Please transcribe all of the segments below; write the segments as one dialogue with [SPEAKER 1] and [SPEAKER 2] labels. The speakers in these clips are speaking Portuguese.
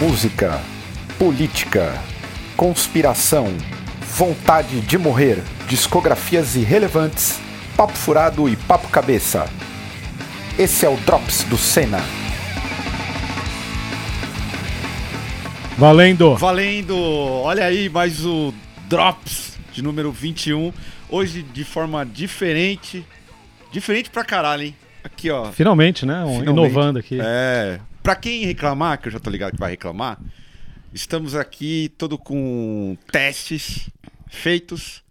[SPEAKER 1] música, política, conspiração, vontade de morrer, discografias irrelevantes, papo furado e papo cabeça. Esse é o Drops do Senna.
[SPEAKER 2] É
[SPEAKER 3] Valendo!
[SPEAKER 2] Valendo! Olha aí, mais o Drops de número 21. Hoje de forma diferente. Diferente pra caralho, hein? Aqui, ó.
[SPEAKER 3] Finalmente, né? Um-
[SPEAKER 2] Finalmente.
[SPEAKER 3] Inovando aqui.
[SPEAKER 2] É. Pra quem reclamar, que eu já tô ligado que vai reclamar, estamos aqui todo com testes feitos,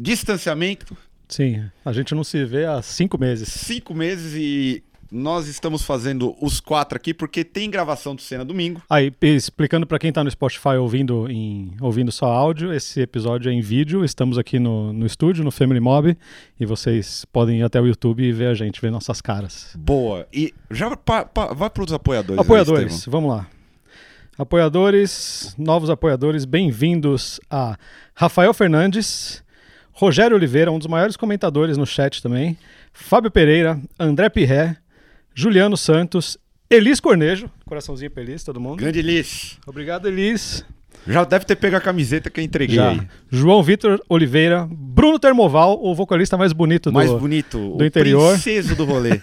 [SPEAKER 2] distanciamento,
[SPEAKER 3] Sim, a gente não se vê há cinco meses.
[SPEAKER 2] cinco meses e nós estamos fazendo os quatro aqui porque tem gravação do Cena domingo.
[SPEAKER 3] Aí, explicando pra quem tá no Spotify ouvindo, em, ouvindo só áudio, esse episódio é em vídeo. Estamos aqui no, no estúdio, no Family Mob, e vocês podem ir até o YouTube e ver a gente, ver nossas caras.
[SPEAKER 2] Boa. E já pa, pa, vai pros apoiadores. aí,
[SPEAKER 3] apoiadores,
[SPEAKER 2] é, Estevão.
[SPEAKER 3] vamos lá. Apoiadores, novos apoiadores, bem-vindos a Rafael Fernandes, Rogério Oliveira, um dos maiores comentadores no chat também, Fábio Pereira, André Pirré, Juliano Santos, Elis Cornejo, coraçãozinho pra Elis, todo mundo.
[SPEAKER 2] Grande Liz.
[SPEAKER 3] Obrigado, Elis.
[SPEAKER 2] Já deve ter pego a camiseta que eu entreguei.
[SPEAKER 3] Já.
[SPEAKER 2] aí.
[SPEAKER 3] João Vitor Oliveira, Bruno Termoval, o vocalista mais bonito do
[SPEAKER 2] Mais bonito.
[SPEAKER 3] do
[SPEAKER 2] o
[SPEAKER 3] interior.
[SPEAKER 2] Princeso do rolê.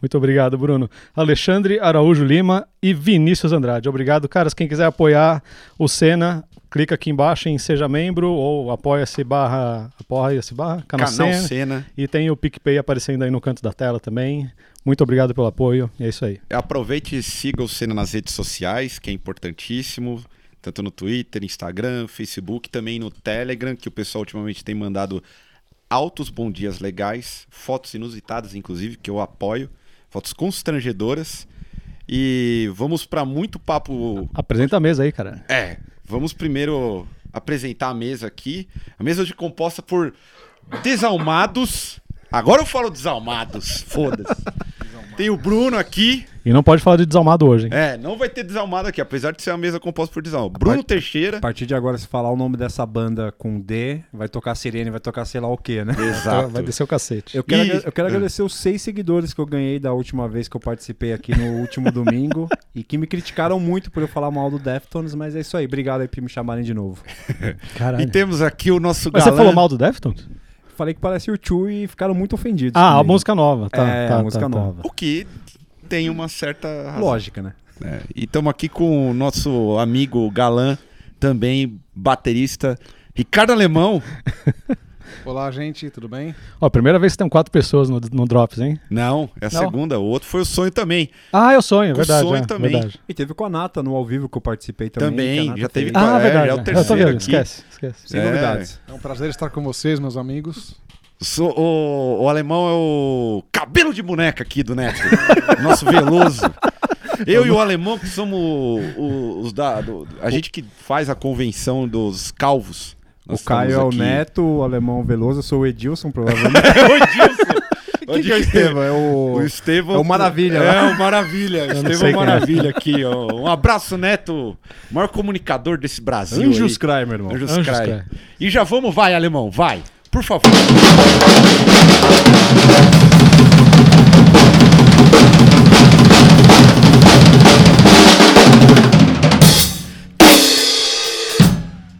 [SPEAKER 3] Muito obrigado, Bruno. Alexandre Araújo Lima e Vinícius Andrade. Obrigado, caras. Quem quiser apoiar o Senna, clica aqui embaixo em Seja Membro ou apoia-se barra, apoia-se barra, canal,
[SPEAKER 2] Canal
[SPEAKER 3] Senna.
[SPEAKER 2] Cena.
[SPEAKER 3] E tem o PicPay aparecendo aí no canto da tela também. Muito obrigado pelo apoio. E é isso aí.
[SPEAKER 2] Aproveite e siga o Senna nas redes sociais, que é importantíssimo. Tanto no Twitter, Instagram, Facebook, também no Telegram, que o pessoal ultimamente tem mandado altos bom dias legais, fotos inusitadas, inclusive, que eu apoio, fotos constrangedoras. E vamos para muito papo
[SPEAKER 3] Apresenta a mesa aí, cara.
[SPEAKER 2] É, vamos primeiro apresentar a mesa aqui. A mesa hoje é composta por desalmados. Agora eu falo desalmados, foda-se. Tem o Bruno aqui.
[SPEAKER 3] E não pode falar de desalmado hoje, hein?
[SPEAKER 2] É, não vai ter desalmado aqui, apesar de ser uma mesa composta por desalmados. Bruno Teixeira.
[SPEAKER 4] A partir de agora, se falar o nome dessa banda com D, vai tocar sirene, vai tocar sei lá o quê, né?
[SPEAKER 2] Exato.
[SPEAKER 3] Vai descer o cacete.
[SPEAKER 4] Eu quero,
[SPEAKER 2] E-
[SPEAKER 4] agra- eu quero agradecer os seis seguidores que eu ganhei da última vez que eu participei aqui no último domingo e que me criticaram muito por eu falar mal do Deftones, mas é isso aí. Obrigado aí por me chamarem de novo.
[SPEAKER 3] Caralho.
[SPEAKER 2] E temos aqui o nosso
[SPEAKER 3] Mas
[SPEAKER 2] galã.
[SPEAKER 3] você falou mal do Deftones?
[SPEAKER 4] Falei que parece o Chu e ficaram muito ofendidos.
[SPEAKER 3] Ah, a
[SPEAKER 4] comigo.
[SPEAKER 3] música nova. Tá,
[SPEAKER 4] é,
[SPEAKER 3] tá,
[SPEAKER 4] a música
[SPEAKER 3] tá, tá.
[SPEAKER 4] nova.
[SPEAKER 2] O que tem uma certa razão.
[SPEAKER 4] Lógica, né?
[SPEAKER 2] É, e estamos aqui com o nosso amigo galã, também baterista, Ricardo Alemão.
[SPEAKER 5] Olá, gente, tudo bem?
[SPEAKER 3] Ó, primeira vez que tem quatro pessoas no, no Drops, hein?
[SPEAKER 2] Não, é a
[SPEAKER 3] Não.
[SPEAKER 2] segunda. O outro foi o sonho também.
[SPEAKER 3] Ah, eu sonho, é
[SPEAKER 2] O
[SPEAKER 3] verdade.
[SPEAKER 2] sonho
[SPEAKER 3] é,
[SPEAKER 2] também.
[SPEAKER 3] verdade.
[SPEAKER 4] E teve com a Nata no ao vivo que eu participei também.
[SPEAKER 2] Também,
[SPEAKER 4] que a Nata
[SPEAKER 2] já teve-
[SPEAKER 4] fez.
[SPEAKER 3] Ah,
[SPEAKER 2] É,
[SPEAKER 3] verdade.
[SPEAKER 2] já é o
[SPEAKER 3] eu tô
[SPEAKER 2] terceiro
[SPEAKER 3] vendo,
[SPEAKER 2] aqui.
[SPEAKER 3] Esquece, esquece.
[SPEAKER 4] Sem
[SPEAKER 2] É.
[SPEAKER 4] novidades.
[SPEAKER 5] É um prazer estar com vocês, meus amigos.
[SPEAKER 2] Sou- o, o alemão é o cabelo de boneca aqui do Neto. Nosso veloso. Eu e o alemão que somos o- o- os da. do- a gente que faz a convenção dos calvos. Nós
[SPEAKER 4] O Caio é o
[SPEAKER 2] estamos aqui.
[SPEAKER 4] Neto, o Alemão Veloso, eu sou o Edilson, provavelmente.
[SPEAKER 2] É o Edilson.
[SPEAKER 4] Quem que é o Estevam? É
[SPEAKER 2] O
[SPEAKER 4] o...
[SPEAKER 2] Estevão.
[SPEAKER 4] É o Maravilha,
[SPEAKER 2] É
[SPEAKER 4] né?
[SPEAKER 2] o Maravilha.
[SPEAKER 3] não
[SPEAKER 2] Estevão
[SPEAKER 3] sei quem é.
[SPEAKER 2] Maravilha aqui, ó. Um abraço, Neto. O maior comunicador desse Brasil. aí.
[SPEAKER 4] Anjos Kramer, irmão.
[SPEAKER 2] Anjos
[SPEAKER 3] Anjos
[SPEAKER 2] Cry.
[SPEAKER 3] Cry.
[SPEAKER 2] E já vamos, vai, alemão, vai. Por favor.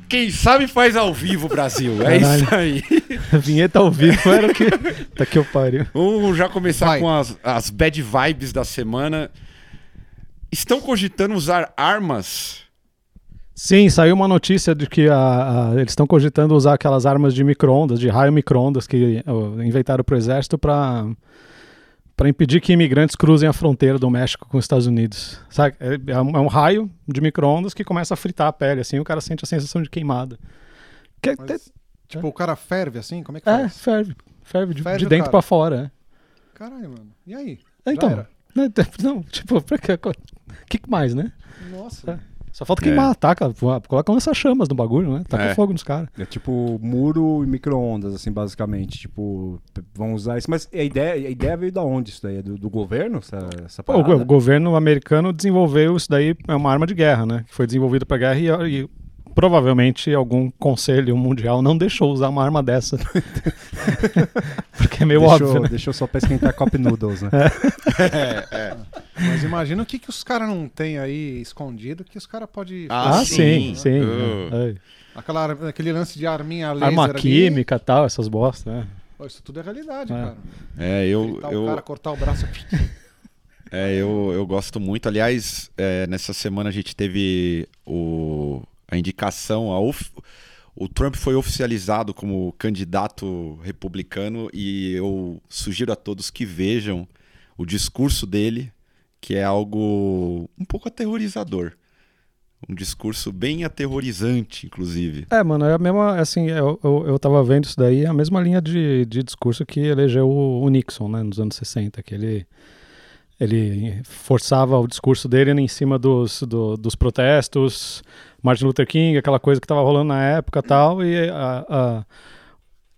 [SPEAKER 2] Quem sabe faz ao vivo, Brasil. É isso aí.
[SPEAKER 3] Vinheta ao vivo era o que. tá que eu pariu.
[SPEAKER 2] Vamos já começar
[SPEAKER 5] Vai.
[SPEAKER 2] com as, as bad vibes da semana. Estão cogitando usar armas
[SPEAKER 3] Sim, saiu uma notícia de que a- a- eles estão cogitando usar aquelas armas de micro-ondas, de raio micro-ondas que ó, inventaram pro exército pra. Pra impedir que imigrantes cruzem a fronteira do México com os Estados Unidos. Sabe? É, é um, é um raio de micro-ondas que começa a fritar a pele, assim, o cara sente a sensação de queimada. Que-
[SPEAKER 5] Mas, tipo, o cara ferve assim? Como é que
[SPEAKER 3] É,
[SPEAKER 5] faz?
[SPEAKER 3] ferve. Ferve de,
[SPEAKER 5] Ferve
[SPEAKER 3] de
[SPEAKER 5] o
[SPEAKER 3] dentro
[SPEAKER 5] cara.
[SPEAKER 3] pra fora.
[SPEAKER 5] Caralho, mano. E aí?
[SPEAKER 3] É. Então.
[SPEAKER 5] era.
[SPEAKER 3] né, Não, tipo, pra que. O que que mais, né?
[SPEAKER 5] Nossa.
[SPEAKER 3] Só falta
[SPEAKER 2] É.
[SPEAKER 3] queimar, taca, pô, coloca um lança-chamas no bagulho, né? Taca
[SPEAKER 2] É.
[SPEAKER 3] fogo nos caras.
[SPEAKER 4] É tipo muro e micro-ondas, assim, basicamente. Tipo, p- vão usar isso. Mas a ideia, a ideia veio da onde isso daí? É do, do governo, essa, essa
[SPEAKER 3] Pô, O, go-
[SPEAKER 4] parada?
[SPEAKER 3] o governo americano desenvolveu isso daí, é uma arma de guerra, né? Que foi desenvolvida pra guerra e, e provavelmente algum conselho mundial não deixou usar uma arma dessa. Porque é meio
[SPEAKER 4] Deixou,
[SPEAKER 3] óbvio, né?
[SPEAKER 4] deixou só pra esquentar Cop Noodles, né?
[SPEAKER 5] Mas imagina o que, que os caras não têm aí escondido que os caras podem.
[SPEAKER 2] Ah,
[SPEAKER 3] Ah, sim,
[SPEAKER 2] sim.
[SPEAKER 3] sim.
[SPEAKER 2] Uh.
[SPEAKER 3] né?
[SPEAKER 5] Aquela, ar- aquele lance de arminha
[SPEAKER 3] É.
[SPEAKER 5] Ah. laser.
[SPEAKER 3] Arma
[SPEAKER 5] ali.
[SPEAKER 3] química e tal, essas bostas, né?
[SPEAKER 5] Pô, Isso tudo é realidade,
[SPEAKER 3] É.
[SPEAKER 5] cara.
[SPEAKER 2] É, eu,
[SPEAKER 5] Fritar o
[SPEAKER 2] eu,
[SPEAKER 5] Tá um cara, cortar o braço.
[SPEAKER 2] É, eu, eu gosto muito. Aliás, é, nessa semana a gente teve o, a indicação. A of- o Trump foi oficializado como candidato republicano e eu sugiro a todos que vejam o discurso dele, que é algo um pouco aterrorizador. Um discurso bem aterrorizante, inclusive.
[SPEAKER 3] É, mano, é a mesma, assim, eu, eu, eu tava vendo isso daí, é a mesma linha de, de discurso que elegeu o, o Nixon, né, nos anos 60, que ele, ele forçava o discurso dele em cima dos, do- dos protestos, Martin Luther King, aquela coisa que tava rolando na época e tal, e a- a-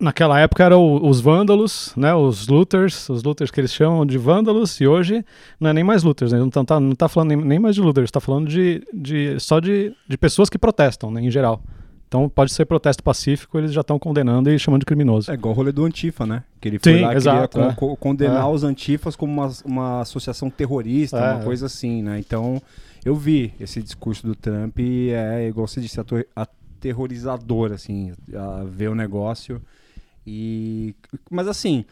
[SPEAKER 3] naquela época eram os vândalos, né, os looters, os looters que eles chamam de vândalos, e hoje não é nem mais looters, né, não tá, tá- não tá falando nem, nem mais de looters, tá falando de, de, só de, de pessoas que protestam, né, em geral. Então pode ser protesto pacífico, eles já estão condenando e chamando de criminoso.
[SPEAKER 4] É igual o rolê do Antifa, né? Que ele foi
[SPEAKER 3] Sim,
[SPEAKER 4] lá queria
[SPEAKER 3] exato,
[SPEAKER 4] con-
[SPEAKER 3] é.
[SPEAKER 4] co- condenar
[SPEAKER 3] É.
[SPEAKER 4] os Antifas como uma, uma associação terrorista,
[SPEAKER 3] É.
[SPEAKER 4] uma coisa assim, né? Então, eu vi esse discurso do Trump e é, igual você disse, ator- aterrorizador, assim, a ver o negócio. E... Mas assim,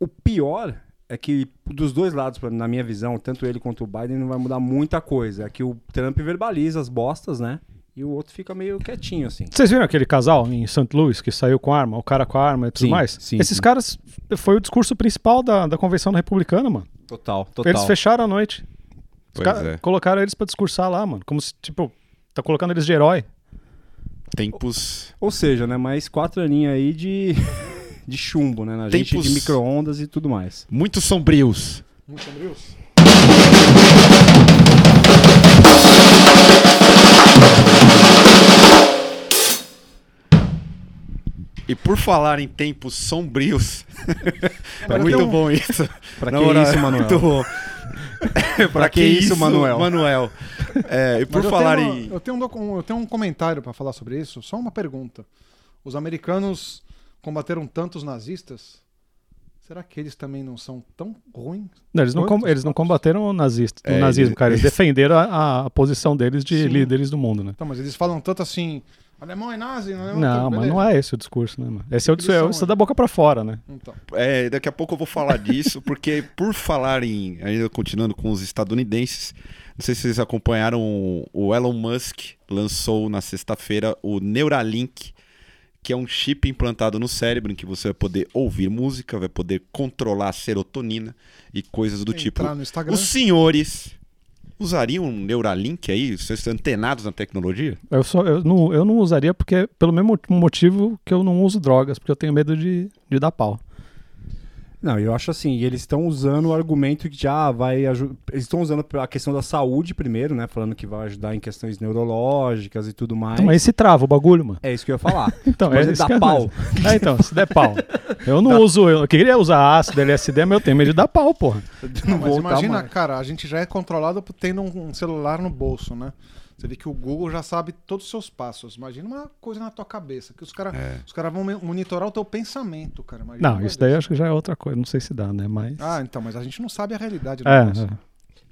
[SPEAKER 4] o pior é que dos dois lados, pra- na minha visão, tanto ele quanto o Biden, não vai mudar muita coisa. É que o Trump verbaliza as bostas, né? E o outro fica meio quietinho, assim.
[SPEAKER 3] Vocês viram aquele casal em St. Louis que saiu com arma, o cara com a arma e tudo
[SPEAKER 4] Sim,
[SPEAKER 3] mais?
[SPEAKER 4] sim,
[SPEAKER 3] Esses
[SPEAKER 4] sim.
[SPEAKER 3] caras eh, foi o discurso principal da, da convenção republicana, mano.
[SPEAKER 4] Total, total.
[SPEAKER 3] Eles fecharam a noite. Os
[SPEAKER 2] Pois
[SPEAKER 3] cara-
[SPEAKER 2] é.
[SPEAKER 3] Colocaram eles pra discursar lá, mano. Como se, tipo, tá colocando eles de herói.
[SPEAKER 2] Tempos.
[SPEAKER 4] Ou seja, né, mais quatro aninhos aí de, de chumbo, né, na gente,
[SPEAKER 2] Tempos-
[SPEAKER 4] de micro-ondas e tudo mais.
[SPEAKER 2] Muito sombrios.
[SPEAKER 5] Muito sombrios.
[SPEAKER 2] E por falar em tempos sombrios, é
[SPEAKER 5] Agora
[SPEAKER 2] muito
[SPEAKER 5] tem um-
[SPEAKER 2] bom isso.
[SPEAKER 4] Pra
[SPEAKER 2] Na
[SPEAKER 4] que
[SPEAKER 2] moral,
[SPEAKER 4] isso, Manuel?
[SPEAKER 2] muito bom. pra,
[SPEAKER 4] que isso, Manuel?
[SPEAKER 2] Manuel. É, e por
[SPEAKER 5] Mas eu
[SPEAKER 2] falar
[SPEAKER 5] tenho uma-
[SPEAKER 2] em.
[SPEAKER 5] eu, tenho um docu- um, eu tenho um comentário pra falar sobre isso, só uma pergunta. Os americanos combateram tantos nazistas, será que eles também não são tão ruins?
[SPEAKER 3] Não, eles, não com-
[SPEAKER 5] Quantos
[SPEAKER 3] eles não combateram o, nazista, o
[SPEAKER 2] É,
[SPEAKER 3] nazismo,
[SPEAKER 2] eles-
[SPEAKER 3] cara. Eles defenderam a, a posição deles de
[SPEAKER 5] Sim.
[SPEAKER 3] líderes do mundo, né?
[SPEAKER 5] Então, mas eles falam tanto assim, alemão é nazi, não é?
[SPEAKER 3] Não, mas não é esse o discurso, né, mano? Esse é o
[SPEAKER 5] Eles
[SPEAKER 3] discurso,
[SPEAKER 5] são,
[SPEAKER 3] é isso
[SPEAKER 5] né?
[SPEAKER 3] da boca pra fora, né?
[SPEAKER 5] Então,
[SPEAKER 2] É, daqui a pouco eu vou falar disso, porque por falar em. Ainda continuando com os estadunidenses, não sei se vocês acompanharam, o Elon Musk lançou na sexta-feira o Neuralink, que é um chip implantado no cérebro em que você vai poder ouvir música, vai poder controlar a serotonina e coisas do tipo.
[SPEAKER 5] entrar no Instagram.
[SPEAKER 2] Os senhores usariam um Neuralink aí? Vocês estão antenados na tecnologia?
[SPEAKER 3] Eu, só, eu, não, eu não usaria porque, pelo mesmo motivo que eu não uso drogas, porque eu tenho medo de, de dar pau.
[SPEAKER 4] Não, eu acho assim, e eles estão usando o argumento que já vai ajudar. Eles estão usando a questão da saúde primeiro, né? Falando que vai ajudar em questões neurológicas e tudo mais.
[SPEAKER 3] Então, aí se trava o bagulho, mano.
[SPEAKER 4] É isso que eu ia falar. Tipo,
[SPEAKER 3] Então,
[SPEAKER 4] Mas
[SPEAKER 3] é
[SPEAKER 4] ele
[SPEAKER 3] isso
[SPEAKER 4] dá
[SPEAKER 3] que é
[SPEAKER 4] pau.
[SPEAKER 3] mais. É, então, se der pau. Eu não uso, eu queria usar ácido, LSD, mas eu tenho medo de dar pau, porra.
[SPEAKER 5] Não,
[SPEAKER 4] Não
[SPEAKER 5] mas
[SPEAKER 4] vou
[SPEAKER 5] imagina,
[SPEAKER 4] mais.
[SPEAKER 5] cara, a gente já é controlado por tendo um um celular no bolso, né? Você vê que o Google já sabe todos os seus passos. Imagina uma coisa na tua cabeça, que os caras os cara vão me- monitorar o teu pensamento, cara. Imagina
[SPEAKER 3] É. Não,
[SPEAKER 5] uma
[SPEAKER 3] isso daí eu
[SPEAKER 5] dessa.
[SPEAKER 3] acho que já é outra coisa, não sei se dá, né? Mas.
[SPEAKER 5] Ah, então, mas a gente não sabe a realidade do
[SPEAKER 3] é,
[SPEAKER 5] negócio.
[SPEAKER 3] é.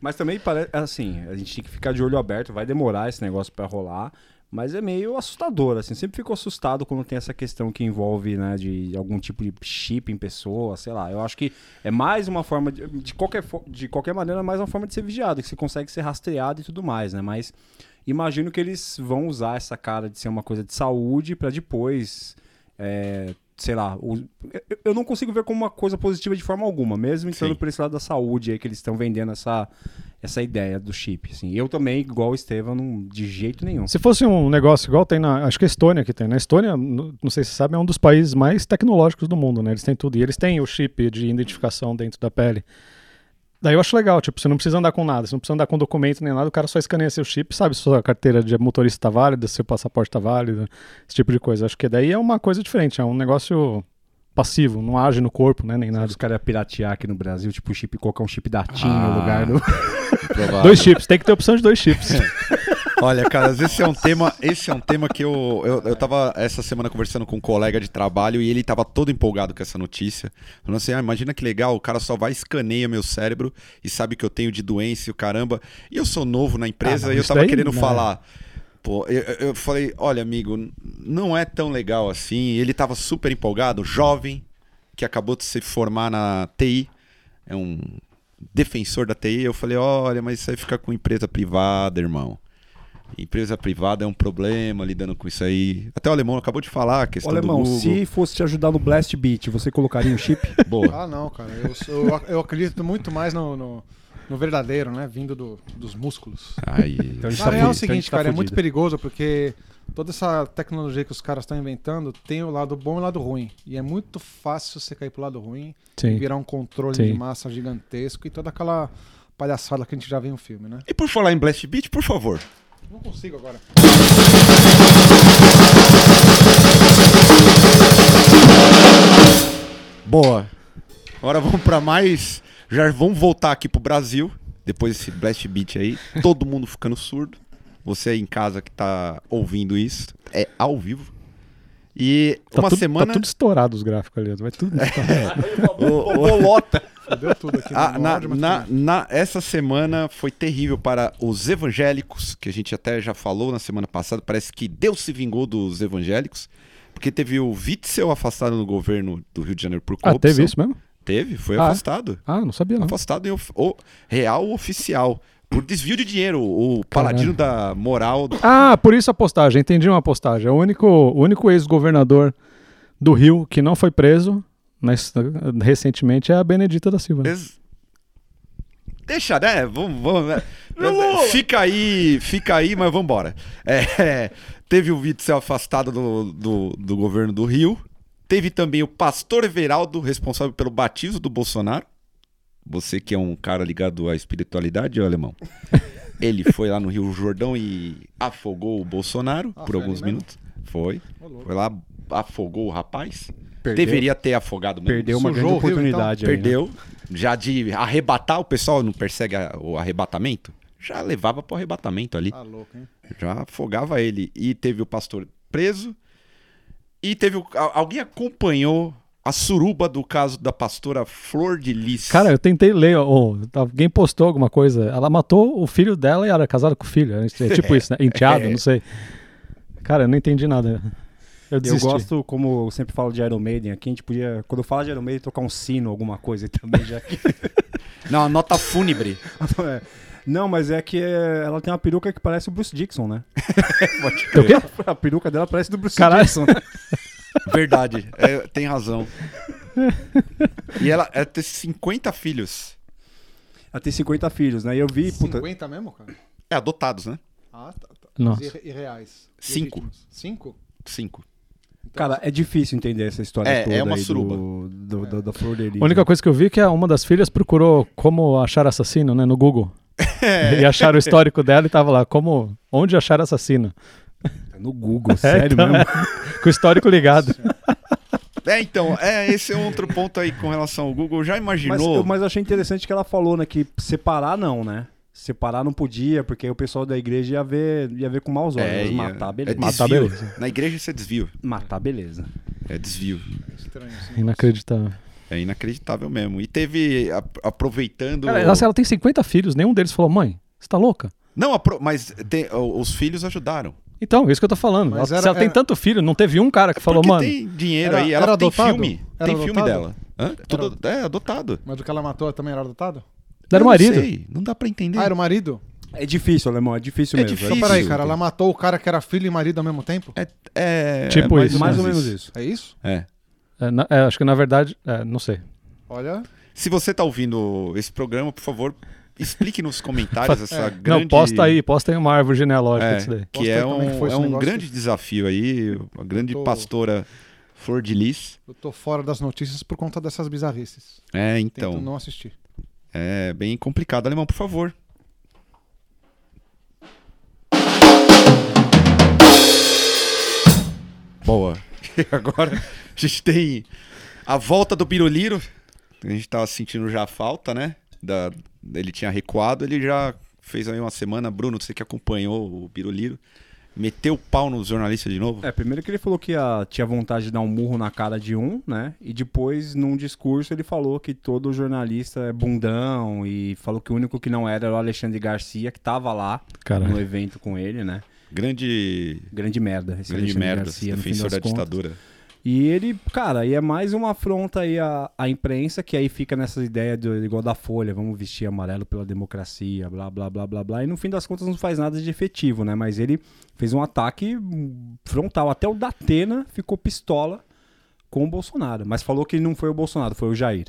[SPEAKER 4] Mas também parece assim, a gente tem que ficar de olho aberto, vai demorar esse negócio pra rolar, mas é meio assustador assim. Sempre fico assustado quando tem essa questão que envolve, né, de algum tipo de chip em pessoa, sei lá. Eu acho que é mais uma forma de de qualquer fo- de qualquer maneira é mais uma forma de ser vigiado, que você consegue ser rastreado e tudo mais, né? Mas imagino que eles vão usar essa cara de ser uma coisa de saúde pra depois é, Sei lá, o- eu- eu não consigo ver como uma coisa positiva de forma alguma, mesmo entrando
[SPEAKER 2] Sim.
[SPEAKER 4] por esse lado da saúde aí que eles estão vendendo essa, essa ideia do chip. Assim. Eu também, igual o Estevam, não, de jeito nenhum.
[SPEAKER 3] Se fosse um negócio igual tem na. Acho que a Estônia que tem. Na Estônia, n- não sei se você sabe, é um dos países mais tecnológicos do mundo, né? Eles têm tudo. E eles têm o chip de identificação dentro da pele. Daí eu acho legal, tipo, você não precisa andar com nada, você não precisa andar com documento nem nada, o cara só escaneia seu chip, sabe se sua carteira de motorista tá válida, se seu passaporte tá válido, esse tipo de coisa. Acho que daí é uma coisa diferente, é um negócio passivo, não age no corpo, né, nem nada.
[SPEAKER 4] Os caras iam piratear aqui no Brasil, tipo, chip, colocar um chip da TIM
[SPEAKER 2] Ah.
[SPEAKER 4] no lugar do.
[SPEAKER 3] Dois chips, tem que ter opção de dois chips.
[SPEAKER 2] Olha, cara, esse é um tema, esse é um tema que eu, eu, eu tava essa semana conversando com um colega de trabalho e ele tava todo empolgado com essa notícia. Falando assim, ah, imagina que legal, o cara só vai escaneia meu cérebro e sabe que eu tenho de doença e o caramba. E eu sou novo na empresa
[SPEAKER 3] Ah, não,
[SPEAKER 2] e eu
[SPEAKER 3] isso
[SPEAKER 2] tava
[SPEAKER 3] daí
[SPEAKER 2] querendo
[SPEAKER 3] não.
[SPEAKER 2] falar. Pô, eu, eu- eu falei, olha, amigo, n- não é tão legal assim. E Ele tava super empolgado, jovem, que acabou de se formar na TI, é um defensor da TI. Eu falei, olha, mas isso aí fica com empresa privada, irmão. Empresa privada é um problema lidando com isso aí. Até o alemão acabou de falar a
[SPEAKER 4] Ô,
[SPEAKER 2] questão
[SPEAKER 4] Alemão,
[SPEAKER 2] do Google.
[SPEAKER 4] se fosse te ajudar no Blast Beat, você colocaria um chip?
[SPEAKER 2] Boa.
[SPEAKER 5] Ah, não, cara. Eu, sou- eu ac- eu acredito muito mais no, no- no verdadeiro, né? Vindo do- dos músculos.
[SPEAKER 2] Aí,
[SPEAKER 4] a gente
[SPEAKER 5] Na
[SPEAKER 4] tá
[SPEAKER 5] real
[SPEAKER 4] fudido,
[SPEAKER 5] é o
[SPEAKER 4] então a
[SPEAKER 5] seguinte,
[SPEAKER 4] gente tá
[SPEAKER 5] cara, é
[SPEAKER 4] fudido.
[SPEAKER 5] muito perigoso porque toda essa tecnologia que os caras estão inventando tem o lado bom e o lado ruim. E é muito fácil você cair pro lado ruim e
[SPEAKER 3] Sim.
[SPEAKER 5] virar um controle
[SPEAKER 3] Sim.
[SPEAKER 5] de massa gigantesco e toda aquela palhaçada que a gente já vê no filme, né?
[SPEAKER 2] E por falar em Blast Beat, por favor.
[SPEAKER 5] Não consigo agora.
[SPEAKER 2] Boa. Agora vamos pra mais. Já vamos voltar aqui pro Brasil. Depois desse blast beat aí. Todo mundo ficando surdo. Você aí em casa que tá ouvindo isso. É ao vivo. E
[SPEAKER 3] Tá
[SPEAKER 2] uma
[SPEAKER 3] tudo,
[SPEAKER 2] semana.
[SPEAKER 3] Tá tudo estourado os gráficos ali. Vai tudo estourado.
[SPEAKER 2] o, bolota.
[SPEAKER 5] Deu tudo aqui.
[SPEAKER 2] Ah,
[SPEAKER 5] no
[SPEAKER 2] na,
[SPEAKER 5] áudio, mas
[SPEAKER 2] na-
[SPEAKER 5] tudo
[SPEAKER 2] na- essa semana foi terrível para os evangélicos, que a gente até já falou na semana passada. Parece que Deus se vingou dos evangélicos, porque teve o Witzel afastado no governo do Rio de Janeiro por
[SPEAKER 3] ah,
[SPEAKER 2] corrupção.
[SPEAKER 3] teve isso mesmo?
[SPEAKER 2] Teve,
[SPEAKER 3] Ah,
[SPEAKER 2] foi
[SPEAKER 3] é?
[SPEAKER 2] afastado.
[SPEAKER 3] Ah, não sabia não.
[SPEAKER 2] Afastado em of- o- real oficial. Por desvio de dinheiro. O paladino da moral.
[SPEAKER 3] Ah, por isso a postagem. Entendi uma postagem. É o único, o único ex-governador do Rio que não foi preso na his- recentemente é a Benedita da Silva. né?
[SPEAKER 2] Ex- Deixa, né? Vamos, vamos, né? Fica aí, fica aí, mas vambora. É, teve o Witzel afastado do, do, do governo do Rio. Teve também o pastor Everaldo, responsável pelo batismo do Bolsonaro. Você que é um cara ligado à espiritualidade, ô alemão. Ele foi lá no Rio Jordão e afogou o Bolsonaro
[SPEAKER 5] Ah,
[SPEAKER 2] por
[SPEAKER 5] foi
[SPEAKER 2] alguns
[SPEAKER 5] ali mesmo?
[SPEAKER 2] minutos. Foi.
[SPEAKER 5] Ô, louco.
[SPEAKER 2] Foi lá, afogou o rapaz.
[SPEAKER 4] Perdeu.
[SPEAKER 2] Deveria ter afogado mesmo.
[SPEAKER 4] Perdeu uma grande
[SPEAKER 5] Sujou o Rio, então.
[SPEAKER 4] oportunidade. aí, né?
[SPEAKER 2] Perdeu. Já de arrebatar, o pessoal não persegue a- o arrebatamento? Já levava pro arrebatamento ali.
[SPEAKER 5] Tá louco, hein?
[SPEAKER 2] Já afogava ele. E teve o pastor preso. E teve. o- a- alguém acompanhou a suruba do caso da pastora Flor de Lis.
[SPEAKER 3] Cara, eu tentei ler, ó, ó, alguém postou alguma coisa. Ela matou o filho dela e era casada com o filho. É tipo isso, né? Enteado, não sei. Cara, eu não entendi nada. Eu
[SPEAKER 4] Eu
[SPEAKER 3] desisti.
[SPEAKER 4] gosto, como eu sempre falo de Iron Maiden aqui, a gente podia, quando eu falo de Iron Maiden, tocar um sino, alguma coisa aí também, já que...
[SPEAKER 2] Não, a nota fúnebre.
[SPEAKER 4] É. Não, mas é que é, ela tem uma peruca que parece o Bruce Dixon, né?
[SPEAKER 2] É
[SPEAKER 3] O quê?
[SPEAKER 4] A peruca dela parece do Bruce
[SPEAKER 3] Caralho.
[SPEAKER 4] Dixon. né?
[SPEAKER 2] Verdade. é, tem razão. E ela, ela tem 50 filhos.
[SPEAKER 4] Ela tem 50 filhos, né? E eu vi, puta,
[SPEAKER 5] 50 mesmo, cara?
[SPEAKER 2] É, adotados, né?
[SPEAKER 5] Ah, tá. tá.
[SPEAKER 3] Nossa.
[SPEAKER 5] E, e reais.
[SPEAKER 2] Cinco.
[SPEAKER 5] Legítimos. Cinco?
[SPEAKER 2] Cinco.
[SPEAKER 4] cara, é difícil entender essa história
[SPEAKER 2] É,
[SPEAKER 4] toda
[SPEAKER 2] é uma
[SPEAKER 4] aí do-
[SPEAKER 2] suruba.
[SPEAKER 4] do- do- da Flor de Lis,
[SPEAKER 3] A única
[SPEAKER 4] né?
[SPEAKER 3] coisa que eu vi é que uma das filhas procurou como achar assassino, né, no Google. E acharam o histórico dela e tava lá, como, onde achar assassino?
[SPEAKER 4] né? No Google, sério
[SPEAKER 3] então.
[SPEAKER 4] mesmo?
[SPEAKER 3] Com o histórico ligado.
[SPEAKER 2] É, então, é, esse é outro ponto aí com relação ao Google. Já
[SPEAKER 4] Mas,
[SPEAKER 2] imaginou?
[SPEAKER 4] eu, mas eu achei interessante que ela falou, né? Que separar não, né? Separar não podia, porque aí o pessoal da igreja ia ver, ia ver com maus olhos.
[SPEAKER 2] É,
[SPEAKER 4] Mas
[SPEAKER 2] ia-
[SPEAKER 4] matar, beleza.
[SPEAKER 2] é
[SPEAKER 3] Matar,
[SPEAKER 2] desvio.
[SPEAKER 3] beleza.
[SPEAKER 2] Na igreja isso é desvio.
[SPEAKER 4] Matar, beleza.
[SPEAKER 2] É desvio.
[SPEAKER 5] Estranho assim.
[SPEAKER 3] Inacreditável.
[SPEAKER 2] É inacreditável mesmo. E teve, a- aproveitando...
[SPEAKER 3] Cara, nossa, ela tem 50 filhos, nenhum deles falou, mãe, você tá louca?
[SPEAKER 2] Não, apro- mas tem- o- os filhos ajudaram.
[SPEAKER 3] Então, isso que eu tô falando.
[SPEAKER 5] Mas
[SPEAKER 3] Ela-
[SPEAKER 5] era-
[SPEAKER 3] se ela tem
[SPEAKER 5] era-
[SPEAKER 3] tanto filho, não teve um cara que falou,
[SPEAKER 2] Porque
[SPEAKER 3] mano,
[SPEAKER 2] tem dinheiro
[SPEAKER 5] Era-
[SPEAKER 2] aí. Ela
[SPEAKER 5] era
[SPEAKER 2] tem
[SPEAKER 5] adotado?
[SPEAKER 2] filme.
[SPEAKER 5] Era
[SPEAKER 2] tem filme
[SPEAKER 5] adotado?
[SPEAKER 2] dela. Hã? Tudo- É, adotado.
[SPEAKER 5] Mas o que ela matou também era adotado?
[SPEAKER 3] era o
[SPEAKER 2] Eu
[SPEAKER 3] marido.
[SPEAKER 2] Não, sei, não dá pra entender.
[SPEAKER 5] Ah, era o marido?
[SPEAKER 4] É difícil, alemão, é difícil
[SPEAKER 2] É
[SPEAKER 4] mesmo.
[SPEAKER 2] difícil.
[SPEAKER 5] Então
[SPEAKER 2] Isso,
[SPEAKER 5] peraí, cara,
[SPEAKER 2] tem.
[SPEAKER 5] ela matou o cara que era filho e marido ao mesmo tempo?
[SPEAKER 2] É, é-
[SPEAKER 3] Tipo
[SPEAKER 2] é mais
[SPEAKER 3] isso,
[SPEAKER 4] Mais ou
[SPEAKER 3] Mas
[SPEAKER 4] menos isso.
[SPEAKER 5] É isso?
[SPEAKER 2] É.
[SPEAKER 3] É, na- é, acho que na verdade, é, não sei.
[SPEAKER 5] Olha,
[SPEAKER 2] Se você tá ouvindo esse programa, por favor, explique nos comentários essa grande...
[SPEAKER 3] Não, posta aí, posta aí uma árvore genealógica
[SPEAKER 2] É,
[SPEAKER 3] disso daí.
[SPEAKER 2] que
[SPEAKER 5] Posso ver
[SPEAKER 2] é
[SPEAKER 5] como é que
[SPEAKER 2] um,
[SPEAKER 5] foi
[SPEAKER 2] é
[SPEAKER 5] esse
[SPEAKER 2] um
[SPEAKER 5] negócio?
[SPEAKER 2] grande desafio aí, a grande
[SPEAKER 5] Tô-
[SPEAKER 2] pastora Flor de Lis.
[SPEAKER 5] eu tô fora das notícias por conta dessas bizarrices.
[SPEAKER 2] É,
[SPEAKER 5] Tento
[SPEAKER 2] então,
[SPEAKER 5] não assistir.
[SPEAKER 2] é bem complicado. Alemão, por favor. Boa. E agora a gente tem a volta do Biruliro. A gente tava sentindo já a falta, né? Da, ele tinha recuado, ele já fez aí uma semana, Bruno, você que acompanhou o Biruliro, meteu o pau nos jornalistas de novo.
[SPEAKER 4] É, primeiro que ele falou que ah, tinha vontade de dar um murro na cara de um, né? E depois, num discurso, ele falou que todo jornalista é bundão e falou que o único que não era era o Alexandre Garcia, que tava lá
[SPEAKER 3] Caralho.
[SPEAKER 4] no evento com ele, né?
[SPEAKER 2] Grande,
[SPEAKER 4] Grande merda. Esse
[SPEAKER 2] grande
[SPEAKER 4] Alexandre
[SPEAKER 2] merda,
[SPEAKER 4] Garcia, no fim
[SPEAKER 2] defensor
[SPEAKER 4] das
[SPEAKER 2] da
[SPEAKER 4] contas.
[SPEAKER 2] ditadura.
[SPEAKER 4] E ele, cara, e é mais uma afronta aí à, à imprensa, que aí fica nessa ideia de, igual da Folha, vamos vestir amarelo pela democracia, blá, blá, blá, blá, blá. E no fim das contas não faz nada de efetivo, né? Mas ele fez um ataque hum, frontal. Até o Datena ficou pistola com o Bolsonaro. Mas falou que não foi o Bolsonaro, foi o Jair.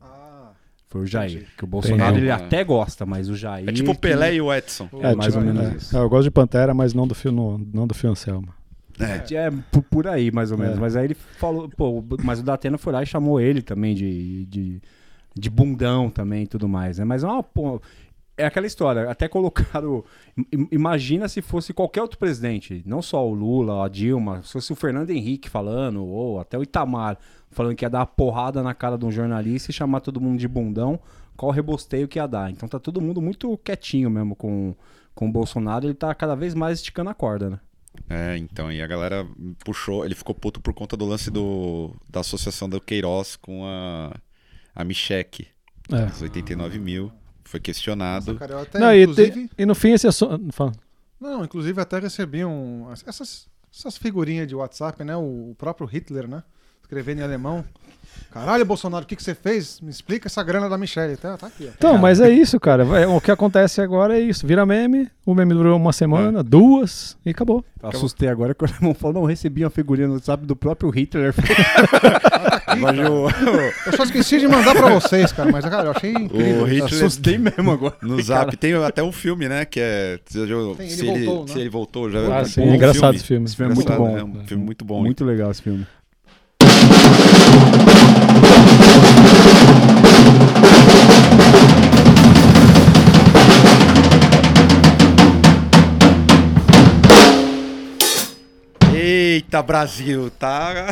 [SPEAKER 5] Ah,
[SPEAKER 4] Foi o Jair. Que o Bolsonaro ele
[SPEAKER 2] Entendi.
[SPEAKER 4] até gosta, mas o Jair.
[SPEAKER 2] É tipo o
[SPEAKER 4] que-
[SPEAKER 2] Pelé e o Edson.
[SPEAKER 5] pô,
[SPEAKER 3] É,
[SPEAKER 4] mais
[SPEAKER 3] tipo,
[SPEAKER 4] ou menos
[SPEAKER 3] né?
[SPEAKER 5] isso.
[SPEAKER 3] É, eu gosto de Pantera, mas não do Fio, no- não do Fio Anselmo.
[SPEAKER 4] É, por, por aí, mais ou menos.
[SPEAKER 3] É.
[SPEAKER 4] Mas aí ele falou, pô, o- mas o Datena foi lá e chamou ele também de, de, de bundão também e tudo mais, né? Mas é uma, pô, é aquela história, até colocaram. im- Imagina se fosse qualquer outro presidente, não só o Lula, a Dilma, se fosse o Fernando Henrique falando, ou até o Itamar, falando que ia dar uma porrada na cara de um jornalista e chamar todo mundo de bundão, qual rebosteio que ia dar. Então tá todo mundo muito quietinho mesmo com, com o Bolsonaro, ele tá cada vez mais esticando a corda, né?
[SPEAKER 2] É, então, e a galera puxou, ele ficou puto por conta do lance do, da associação do Queiroz com a, a Micheque.
[SPEAKER 3] É.
[SPEAKER 2] Os 89 mil, foi questionado.
[SPEAKER 5] Cara, eu até,
[SPEAKER 3] Não, e, te-
[SPEAKER 5] É, inclusive,
[SPEAKER 3] e no fim esse assunto. fala.
[SPEAKER 5] Não, inclusive até recebi um. Essas, essas figurinhas de WhatsApp, né? O, o próprio Hitler, né? Escrevendo em alemão. Caralho, Bolsonaro, o que, que você fez? Me explica essa grana da Michelle. Tá, tá aqui, ó.
[SPEAKER 3] Então, mas é isso, cara. Vai- O que acontece agora é isso. Vira meme, o meme durou uma semana, duas, e acabou.
[SPEAKER 4] Eu assustei agora que o irmão falou, não, recebi uma figurinha no WhatsApp do próprio Hitler. Mas eu-
[SPEAKER 5] Eu só esqueci de mandar pra vocês, cara. Mas, cara, eu achei incrível.
[SPEAKER 2] O Hitler
[SPEAKER 4] assustei mesmo agora.
[SPEAKER 2] no Zap tem até um filme, né? Que é. Se, eu-
[SPEAKER 5] Tem, ele
[SPEAKER 2] se ele,
[SPEAKER 5] voltou, né?
[SPEAKER 2] se ele voltou, já
[SPEAKER 3] Ah,
[SPEAKER 2] um
[SPEAKER 3] sim,
[SPEAKER 2] bom
[SPEAKER 3] engraçado esse filme.
[SPEAKER 2] filme.
[SPEAKER 4] Esse filme é muito
[SPEAKER 2] Engraçado,
[SPEAKER 4] bom.
[SPEAKER 2] É um filme muito bom.
[SPEAKER 4] Muito legal esse filme.
[SPEAKER 2] Eita, Brasil, tá?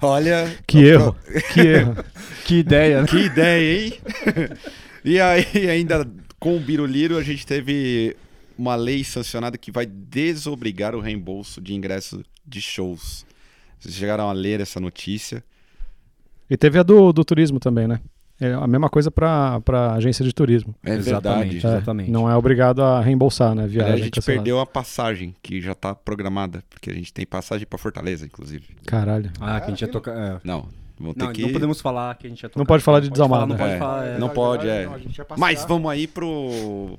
[SPEAKER 2] Olha.
[SPEAKER 3] Que erro, que erro.
[SPEAKER 4] Que ideia, né?
[SPEAKER 2] Que ideia, hein? e aí, ainda com o Biruliro, a gente teve uma lei sancionada que vai desobrigar o reembolso de ingresso de shows. Vocês chegaram a ler essa notícia.
[SPEAKER 3] E teve a do, do turismo também, né? É a mesma coisa pra, pra agência de turismo.
[SPEAKER 2] É
[SPEAKER 4] Exatamente.
[SPEAKER 3] É,
[SPEAKER 4] Exatamente.
[SPEAKER 3] não é obrigado a reembolsar, né?
[SPEAKER 2] Aliás,
[SPEAKER 3] Viagem.
[SPEAKER 2] a gente
[SPEAKER 3] cancelada.
[SPEAKER 2] perdeu a passagem, que já tá programada, porque a gente tem passagem pra Fortaleza, inclusive.
[SPEAKER 3] Caralho.
[SPEAKER 4] Ah, que a gente ia tocar. é.
[SPEAKER 2] Não, vão ter
[SPEAKER 4] Não,
[SPEAKER 2] que...
[SPEAKER 4] não podemos falar que a gente ia tocar.
[SPEAKER 3] Não pode falar de
[SPEAKER 4] falar,
[SPEAKER 3] desalmado,
[SPEAKER 4] Não
[SPEAKER 3] né?
[SPEAKER 4] pode
[SPEAKER 2] É.
[SPEAKER 4] falar. é.
[SPEAKER 2] Não pode, é.
[SPEAKER 5] Não, a gente ia passear.
[SPEAKER 2] Mas vamos aí pro...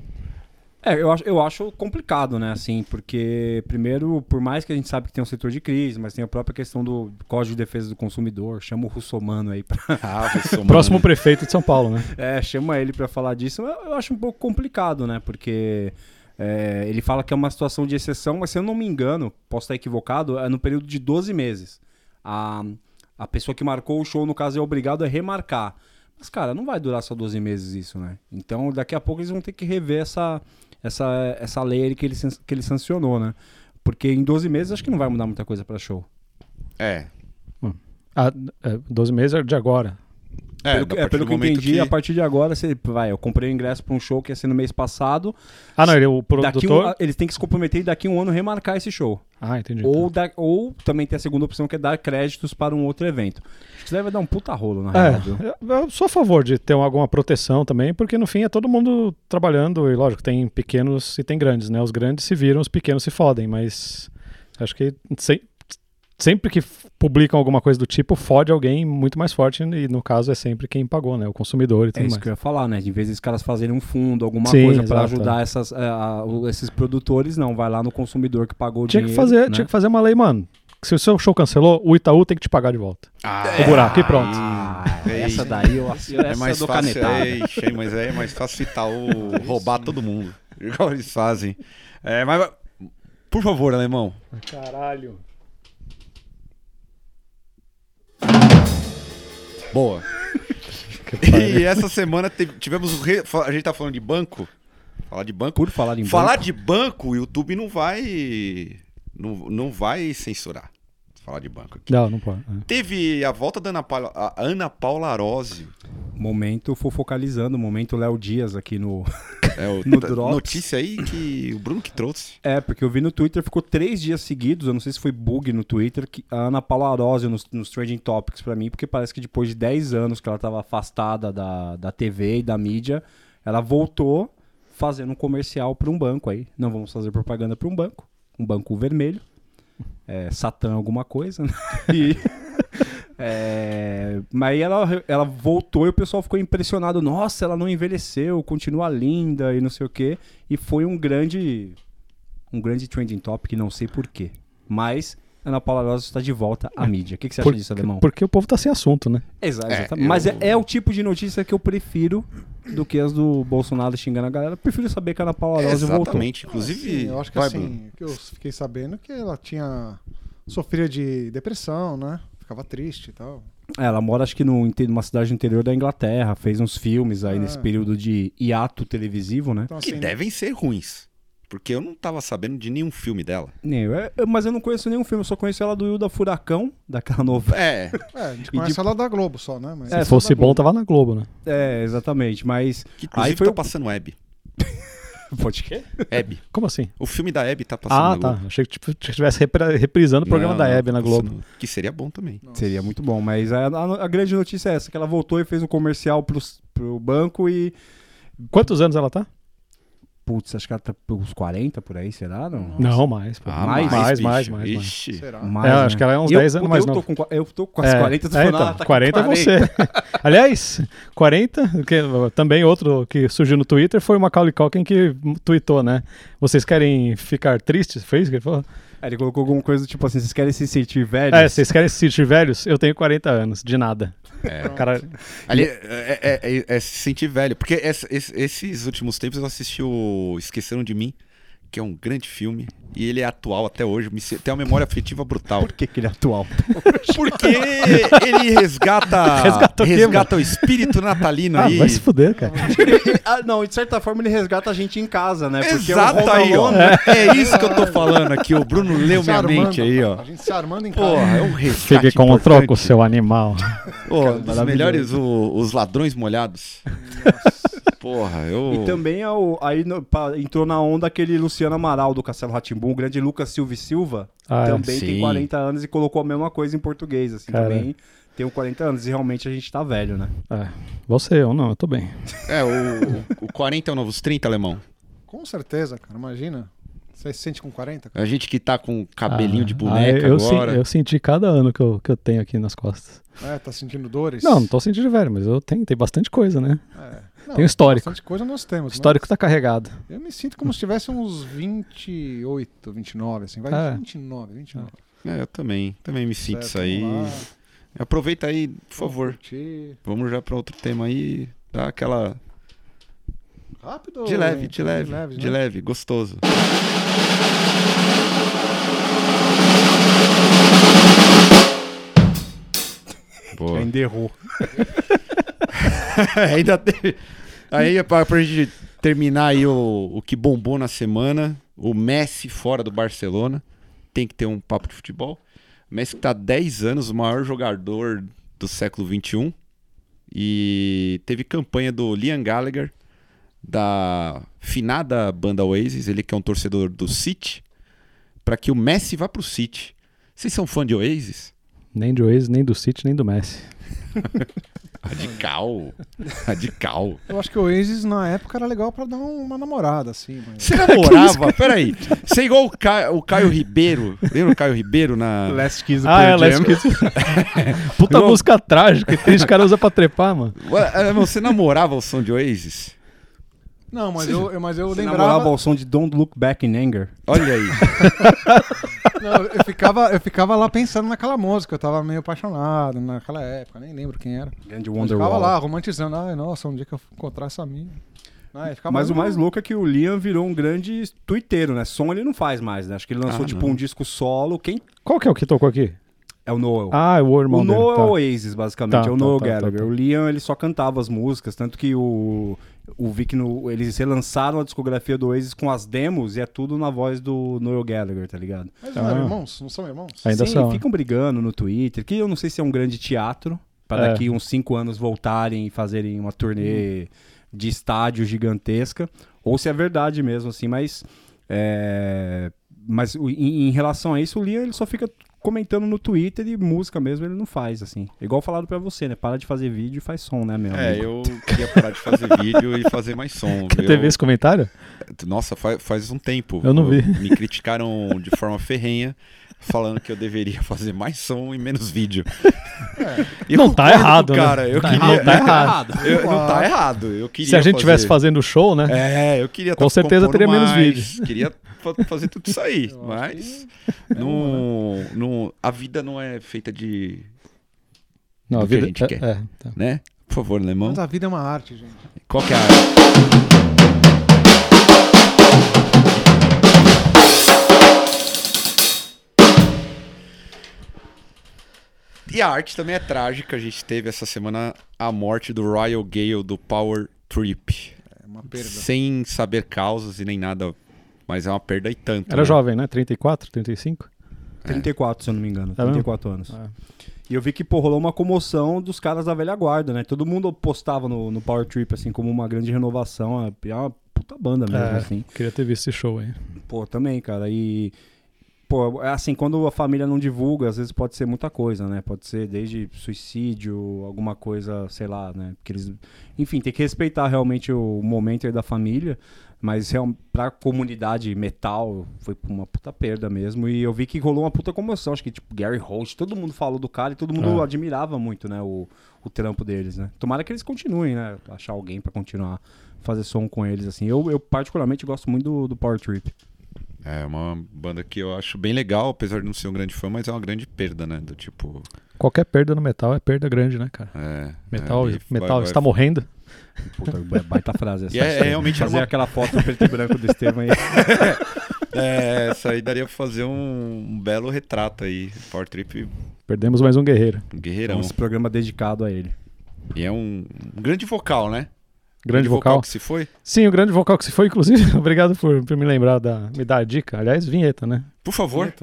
[SPEAKER 4] É, eu acho, eu acho complicado, né, assim, porque, primeiro, por mais que a gente sabe que tem um setor de crise, mas tem a própria questão do Código de Defesa do Consumidor, chama o russomano aí pra,
[SPEAKER 2] Ah, Wilson,
[SPEAKER 3] Próximo
[SPEAKER 2] mano.
[SPEAKER 3] prefeito de São Paulo, né?
[SPEAKER 4] É, chama ele pra falar disso. Eu, eu acho um pouco complicado, né? Porque é, ele fala que é uma situação de exceção, mas se eu não me engano, posso estar equivocado, é no período de 12 meses. A, a pessoa que marcou o show, no caso, é obrigado a remarcar. Mas, cara, não vai durar só 12 meses isso, né? Então, daqui a pouco eles vão ter que rever essa, essa, essa lei aí que ele, san- que ele sancionou, né? Porque em 12 meses acho que não vai mudar muita coisa pra show.
[SPEAKER 2] É.
[SPEAKER 3] Ah, é, 12 meses é de agora.
[SPEAKER 2] É,
[SPEAKER 4] pelo
[SPEAKER 2] da
[SPEAKER 4] que, é,
[SPEAKER 2] partir
[SPEAKER 4] pelo
[SPEAKER 2] do
[SPEAKER 4] que eu
[SPEAKER 2] momento
[SPEAKER 4] entendi,
[SPEAKER 2] que-
[SPEAKER 4] a partir de agora, você vai, eu comprei o ingresso pra um show que ia ser no mês passado,
[SPEAKER 3] Ah, não, ele, o
[SPEAKER 4] Daqui
[SPEAKER 3] produtor.
[SPEAKER 4] um- a- eles têm que se comprometer e daqui um ano remarcar esse show.
[SPEAKER 3] Ah, entendi.
[SPEAKER 4] Ou, dar- ou também tem a segunda opção que é dar créditos para um outro evento. Acho que isso daí vai dar um puta rolo, na real. viu?
[SPEAKER 3] É, eu- eu sou a favor de ter alguma proteção também, porque no fim é todo mundo trabalhando, e lógico, tem pequenos e tem grandes, né? Os grandes se viram, os pequenos se fodem, mas acho que se- sempre que f- publicam alguma coisa do tipo, fode alguém muito mais forte, e no caso é sempre quem pagou, né? O consumidor e
[SPEAKER 4] É
[SPEAKER 3] tudo
[SPEAKER 4] isso
[SPEAKER 3] mais.
[SPEAKER 4] que eu ia falar, né? De vez esses caras fazerem um fundo, alguma
[SPEAKER 3] Sim,
[SPEAKER 4] coisa para
[SPEAKER 3] exato.
[SPEAKER 4] ajudar essas, é, a- o- esses produtores, não. Vai lá no consumidor que pagou o
[SPEAKER 3] Tinha, que
[SPEAKER 4] dinheiro.
[SPEAKER 3] fazer,
[SPEAKER 4] né?
[SPEAKER 3] tinha que fazer uma lei, mano. que Se o seu show cancelou, o Itaú tem que te pagar de volta.
[SPEAKER 2] Ah,
[SPEAKER 3] O buraco, e pronto.
[SPEAKER 4] Ah,
[SPEAKER 2] Ei.
[SPEAKER 4] essa daí eu acho
[SPEAKER 2] É mais
[SPEAKER 4] do
[SPEAKER 2] fácil,
[SPEAKER 4] canetada.
[SPEAKER 2] é, ixi, mas é mais fácil Itaú roubar
[SPEAKER 4] né?
[SPEAKER 2] todo mundo. Igual eles fazem. É, mas por favor, alemão.
[SPEAKER 3] Caralho.
[SPEAKER 2] Boa. E essa semana teve- tivemos o re- fa- a gente tá falando de banco. Falar de banco.
[SPEAKER 4] Por falar em
[SPEAKER 2] falar
[SPEAKER 4] banco,
[SPEAKER 2] de banco, o YouTube não vai não, não vai censurar. Falar de banco.
[SPEAKER 3] Não, não pode. né?
[SPEAKER 2] Teve a volta da Ana Paula, a Ana Paula Arósio.
[SPEAKER 4] Momento fofocalizando, momento Léo Dias aqui no.
[SPEAKER 2] É o-
[SPEAKER 4] No
[SPEAKER 2] tá-
[SPEAKER 4] Drops.
[SPEAKER 2] notícia aí que o Bruno que trouxe.
[SPEAKER 4] É, porque eu vi no Twitter, ficou três dias seguidos, eu não sei se foi bug no Twitter, que a Ana Paula Arósio nos, nos Trending Topics pra mim, porque parece que depois de 10 anos que ela tava afastada da, da TV e da mídia, ela voltou fazendo um comercial pra um banco aí. Não vamos fazer propaganda pra um banco, um banco vermelho, é, Satã alguma coisa, né? E- é, mas aí ela, ela voltou e o pessoal ficou impressionado. Nossa, ela não envelheceu, continua linda e não sei o quê. E foi um grande um grande trending topic, não sei porquê. Mas Ana Paula Rosa está de volta à mídia. O que, que você acha
[SPEAKER 3] Por-
[SPEAKER 4] disso, Alemão?
[SPEAKER 3] Porque o povo tá sem assunto, né?
[SPEAKER 4] Exato. exato.
[SPEAKER 2] eu-
[SPEAKER 4] Mas é, é o tipo de notícia que eu prefiro do que as do Bolsonaro xingando a galera. Eu prefiro saber que a Ana Paula Rosa voltou.
[SPEAKER 2] Exatamente. Inclusive,
[SPEAKER 5] Assim, eu acho que
[SPEAKER 2] vai, Bruno.
[SPEAKER 5] assim, o que eu fiquei sabendo é que ela tinha. sofria de depressão, né? Ficava triste e tal.
[SPEAKER 4] É, Ela mora, acho que no, inte- numa cidade do interior da Inglaterra. Fez uns filmes aí
[SPEAKER 5] Ah.
[SPEAKER 4] nesse período de hiato televisivo, né?
[SPEAKER 5] Então,
[SPEAKER 2] que
[SPEAKER 5] assim,
[SPEAKER 2] devem ser ruins. Porque eu não tava sabendo de nenhum filme dela.
[SPEAKER 4] Nem eu. É, eu- mas eu não conheço nenhum filme, eu só conheço ela do Ilda Furacão, daquela novela.
[SPEAKER 2] É,
[SPEAKER 5] É, a gente
[SPEAKER 4] E
[SPEAKER 5] conhece ela da Globo só, né? Mas
[SPEAKER 3] Se
[SPEAKER 4] É, só da
[SPEAKER 3] fosse bom,
[SPEAKER 4] Globo.
[SPEAKER 3] tava na Globo, né?
[SPEAKER 4] É, exatamente, mas.
[SPEAKER 2] que
[SPEAKER 4] Aí
[SPEAKER 2] inclusive
[SPEAKER 4] foi
[SPEAKER 2] tá
[SPEAKER 4] o-
[SPEAKER 2] passando Web.
[SPEAKER 4] Pode quê?
[SPEAKER 2] Hebe.
[SPEAKER 3] Como assim?
[SPEAKER 2] O filme da Hebe tá passando
[SPEAKER 3] ah, tá. Achei que tipo, estivesse repra- reprisando o programa
[SPEAKER 2] Não,
[SPEAKER 3] da
[SPEAKER 2] não,
[SPEAKER 3] Hebe na
[SPEAKER 2] tá
[SPEAKER 3] Globo.
[SPEAKER 2] passando- Que seria bom também.
[SPEAKER 4] Seria muito bom, mas a, a- a grande notícia é essa: que ela voltou e fez um comercial pros, pro banco e.
[SPEAKER 3] Quantos anos ela tá?
[SPEAKER 4] Putz, acho que ela tá uns 40 por aí, será? Não?
[SPEAKER 3] Não, mais. pô.
[SPEAKER 2] Ah,
[SPEAKER 4] mais,
[SPEAKER 3] mais,
[SPEAKER 2] bicho.
[SPEAKER 3] mais, mais, mais.
[SPEAKER 2] Ixi.
[SPEAKER 5] será?
[SPEAKER 4] Mais, né?
[SPEAKER 3] É, acho que ela é uns
[SPEAKER 4] E eu-
[SPEAKER 3] 10 anos
[SPEAKER 4] puta,
[SPEAKER 3] mais
[SPEAKER 4] eu tô
[SPEAKER 3] nova.
[SPEAKER 4] com qua- eu tô com as 40 do
[SPEAKER 3] é,
[SPEAKER 4] falando,
[SPEAKER 3] então,
[SPEAKER 4] ah, tá com
[SPEAKER 3] 40 é você. Aliás, 40, que, também outro que surgiu no Twitter foi o Macaulay Culkin que tweetou, né? Vocês querem ficar tristes? Foi isso que ele falou?
[SPEAKER 4] É, Ele colocou alguma coisa tipo assim: vocês querem se sentir velhos?
[SPEAKER 3] É, vocês querem se sentir velhos? Eu tenho 40 anos, de nada.
[SPEAKER 2] É.
[SPEAKER 3] O cara,
[SPEAKER 2] Ali, é, é- é- é se sentir velho. Porque essa- esse- esses últimos tempos eu assisti o Esqueceram de Mim, que é um grande filme. E ele é atual até hoje. me se- Tem uma memória afetiva brutal.
[SPEAKER 4] Por que que ele é atual?
[SPEAKER 2] Porque ele resgata,
[SPEAKER 3] Resgata o quê,
[SPEAKER 2] resgata o espírito natalino
[SPEAKER 3] ah,
[SPEAKER 2] aí.
[SPEAKER 3] vai se fuder, cara.
[SPEAKER 4] ah, não, de certa forma ele resgata a gente em casa, né?
[SPEAKER 2] Exato aí, ó. É isso que eu tô falando aqui. O Bruno leu
[SPEAKER 5] Se
[SPEAKER 2] minha
[SPEAKER 5] armando,
[SPEAKER 2] mente aí, ó.
[SPEAKER 5] A gente se armando em
[SPEAKER 2] Porra,
[SPEAKER 5] casa.
[SPEAKER 2] é um resgate
[SPEAKER 3] Fique com o
[SPEAKER 2] importante.
[SPEAKER 3] troco, seu animal.
[SPEAKER 2] Pô, um dos
[SPEAKER 4] Maravilhoso.
[SPEAKER 2] melhores, o- os ladrões molhados. Porra, eu...
[SPEAKER 4] E também é o- aí no- pa- entrou na onda aquele Luciano Amaral do Castelo Ratimbum, o grande Lucas Silva e Silva,
[SPEAKER 3] Ah,
[SPEAKER 4] também
[SPEAKER 2] sim.
[SPEAKER 4] tem 40 anos e colocou a mesma coisa em português, assim,
[SPEAKER 3] Cara.
[SPEAKER 4] também tem o 40 anos e realmente a gente tá velho, né?
[SPEAKER 3] É, você, eu não, eu tô bem.
[SPEAKER 2] É, o, o 40 é o Novos 30, alemão.
[SPEAKER 5] Com certeza, cara. Imagina. Você se sente com 40? cara?
[SPEAKER 2] A gente que tá com cabelinho
[SPEAKER 3] Ah,
[SPEAKER 2] de
[SPEAKER 3] ah,
[SPEAKER 2] boneca
[SPEAKER 3] eu, sen-
[SPEAKER 2] agora.
[SPEAKER 3] eu senti cada ano que eu, que eu tenho aqui nas costas.
[SPEAKER 5] É, tá sentindo dores?
[SPEAKER 3] Não, não tô sentindo velho, mas eu tenho, tem bastante coisa, né?
[SPEAKER 5] É. Não,
[SPEAKER 3] Tem o histórico.
[SPEAKER 5] Bastante coisa nós temos.
[SPEAKER 3] O
[SPEAKER 5] né?
[SPEAKER 3] histórico tá carregado.
[SPEAKER 5] Eu me sinto como se tivesse uns 28, 29, assim. Vai,
[SPEAKER 3] É.
[SPEAKER 5] 29, 29.
[SPEAKER 2] É, eu também, também me sinto isso
[SPEAKER 5] Certo,
[SPEAKER 2] aí.
[SPEAKER 5] vamos lá.
[SPEAKER 2] Aproveita aí, por favor.
[SPEAKER 5] Curtir.
[SPEAKER 2] Vamos já pra outro tema aí. Dá aquela...
[SPEAKER 5] Rápido.
[SPEAKER 2] De leve,
[SPEAKER 5] gente.
[SPEAKER 2] de leve, de
[SPEAKER 5] né?
[SPEAKER 2] leve, gostoso. Boa.
[SPEAKER 4] Ainda errou.
[SPEAKER 2] Ainda teve. Aí, pra, pra gente terminar aí o, o que bombou na semana, o Messi fora do Barcelona. Tem que ter um papo de futebol. O Messi que tá há 10 anos o maior jogador do século XXI. E teve campanha do Liam Gallagher, da finada banda Oasis, ele que é um torcedor do City, pra que o Messi vá pro City. Vocês são fã de Oasis?
[SPEAKER 3] Nem do Oasis, nem do City, nem do Messi.
[SPEAKER 2] Radical. Radical.
[SPEAKER 5] Eu acho que o Oasis na época era legal pra dar uma namorada, assim. Mas...
[SPEAKER 2] Você namorava? Peraí. Você é igual o, Ca... o Caio Ribeiro. Lembra o Caio Ribeiro na.
[SPEAKER 4] Last Kiss do
[SPEAKER 3] Ah, é,
[SPEAKER 4] Pearl
[SPEAKER 3] Let's
[SPEAKER 4] Jam.
[SPEAKER 3] Kiss. Puta
[SPEAKER 2] Igual-
[SPEAKER 3] música trágica, que triste, o cara usa pra trepar, mano.
[SPEAKER 2] Ué, é, mas Você namorava o som de Oasis?
[SPEAKER 5] Não, mas eu, eu- mas eu
[SPEAKER 4] Você namorava
[SPEAKER 5] lembrava.
[SPEAKER 4] ao som de Don't Look Back in Anger.
[SPEAKER 2] Olha aí.
[SPEAKER 5] Não, eu, ficava, eu ficava lá pensando naquela música. Eu tava meio apaixonado naquela época, nem lembro quem era.
[SPEAKER 4] Grande
[SPEAKER 5] Eu ficava
[SPEAKER 4] Wonderwall.
[SPEAKER 5] lá, romantizando. Ai, nossa, um dia que eu encontrar essa mina. Ai, ficava
[SPEAKER 4] Mas o mais louco é que o Liam virou um grande tuiteiro, né? Som ele não faz mais, né? Acho que ele lançou,
[SPEAKER 2] Ah,
[SPEAKER 4] tipo,
[SPEAKER 2] não.
[SPEAKER 4] um disco solo. Quem
[SPEAKER 3] Qual que é o que tocou aqui?
[SPEAKER 4] é o Noel?
[SPEAKER 3] Ah, é o irmão
[SPEAKER 4] O
[SPEAKER 3] dele,
[SPEAKER 4] Noel
[SPEAKER 3] tá.
[SPEAKER 4] é o Oasis, basicamente.
[SPEAKER 3] Tá,
[SPEAKER 4] é o
[SPEAKER 3] tá,
[SPEAKER 4] Noel
[SPEAKER 3] tá,
[SPEAKER 4] Gallagher.
[SPEAKER 3] tá, tá.
[SPEAKER 4] O Liam, ele só cantava as músicas. Tanto que o, o Vic, no, eles relançaram a discografia do Oasis com as demos e é tudo na voz do Noel Gallagher, tá ligado?
[SPEAKER 5] Mas não eram
[SPEAKER 3] Ah.
[SPEAKER 5] irmãos? Não são irmãos?
[SPEAKER 3] Ainda
[SPEAKER 4] Sim,
[SPEAKER 3] são, né?
[SPEAKER 4] ficam brigando no Twitter, que eu não sei se é um é grande teatro pra Pra
[SPEAKER 3] É.
[SPEAKER 4] daqui uns cinco anos voltarem e fazerem uma turnê de estádio gigantesca. Ou se é verdade mesmo, assim, mas. é, Mas o- em, em relação a isso, o Liam ele só fica comentando no Twitter e música mesmo ele não faz, assim. Igual falado pra você, né? Para de fazer vídeo e faz som, né, meu?
[SPEAKER 2] É,
[SPEAKER 4] amigo?
[SPEAKER 2] eu queria parar de fazer vídeo e fazer mais som. viu?
[SPEAKER 3] Teve esse comentário?
[SPEAKER 2] Nossa, faz, faz um tempo.
[SPEAKER 3] Eu não vi.
[SPEAKER 2] Me criticaram de forma ferrenha, falando que eu deveria fazer mais som e menos vídeo. E eu
[SPEAKER 3] Não tá errado,
[SPEAKER 2] concordo com o
[SPEAKER 3] né?
[SPEAKER 2] Cara, eu
[SPEAKER 3] Tá
[SPEAKER 2] queria.
[SPEAKER 3] errado, tá errado.
[SPEAKER 2] Eu- não tá errado. Eu queria
[SPEAKER 3] Se a gente
[SPEAKER 2] fazer.
[SPEAKER 3] estivesse fazendo show, né?
[SPEAKER 2] É, eu queria
[SPEAKER 3] Com
[SPEAKER 2] tá
[SPEAKER 3] certeza
[SPEAKER 2] compondo
[SPEAKER 3] teria menos
[SPEAKER 2] mais,
[SPEAKER 3] vídeo.
[SPEAKER 2] Queria fa- fazer tudo isso aí, mas
[SPEAKER 5] é.
[SPEAKER 2] não, não, a vida não é feita de,
[SPEAKER 3] Não,
[SPEAKER 2] do que a gente
[SPEAKER 3] é-
[SPEAKER 2] quer.
[SPEAKER 3] é, tá.
[SPEAKER 2] né? Por favor, Lemão.
[SPEAKER 5] Mas a vida é uma arte, gente.
[SPEAKER 2] Qual que é a... E a arte também é trágica. A gente teve essa semana a morte do Royal Gale do Power Trip.
[SPEAKER 5] É uma perda.
[SPEAKER 2] Sem saber causas e nem nada, mas é uma perda e tanto.
[SPEAKER 3] Era
[SPEAKER 2] né?
[SPEAKER 3] jovem, né? 34, 35?
[SPEAKER 4] 34, se eu não me engano.
[SPEAKER 3] É. Tá mesmo?
[SPEAKER 4] 34 anos.
[SPEAKER 3] É.
[SPEAKER 4] E eu vi que, pô, rolou uma comoção dos caras da velha guarda, né? Todo mundo postava no, no Power Trip, assim, como uma grande renovação. É uma puta banda mesmo,
[SPEAKER 3] É.
[SPEAKER 4] assim.
[SPEAKER 3] Queria ter visto esse show aí.
[SPEAKER 4] Pô, também, cara. E, pô, é assim, quando a família não divulga, às vezes pode ser muita coisa, né? Pode ser desde suicídio, alguma coisa, sei lá, né? Porque eles, enfim, tem que respeitar realmente o momento aí da família. Mas real- pra comunidade metal foi uma puta perda mesmo. E eu vi que rolou uma puta comoção. Acho que, tipo, Gary Holt, todo mundo falou do cara e todo mundo
[SPEAKER 3] É.
[SPEAKER 4] admirava muito, né? O, o trampo deles, né? Tomara que eles continuem, né? Achar alguém pra continuar fazer som com eles, assim. Eu, eu particularmente gosto muito do, do Power Trip.
[SPEAKER 2] É uma banda que eu acho bem legal, apesar de não ser um grande fã, mas é uma grande perda, né? Do tipo.
[SPEAKER 3] Qualquer perda no metal é perda grande, né, cara?
[SPEAKER 2] É,
[SPEAKER 3] Metal,
[SPEAKER 2] é, e
[SPEAKER 3] metal
[SPEAKER 2] vai-
[SPEAKER 3] está
[SPEAKER 2] vai-
[SPEAKER 3] morrendo.
[SPEAKER 4] Puta, ba- baita frase essa.
[SPEAKER 2] E é- é realmente
[SPEAKER 4] Fazer
[SPEAKER 2] uma-
[SPEAKER 4] aquela foto preto e branco do Estevam aí.
[SPEAKER 2] É, essa aí daria pra fazer um, um belo retrato aí. Power Trip
[SPEAKER 3] Perdemos mais um guerreiro.
[SPEAKER 2] guerreirão.
[SPEAKER 4] Então, esse programa dedicado a ele.
[SPEAKER 2] E é um, um grande vocal, né?
[SPEAKER 3] Grande vocal.
[SPEAKER 2] que se foi.
[SPEAKER 3] Sim, o grande vocal que se foi, inclusive. Obrigado por, por me lembrar, da, me dar a dica. Aliás, vinheta, né?
[SPEAKER 2] Por favor,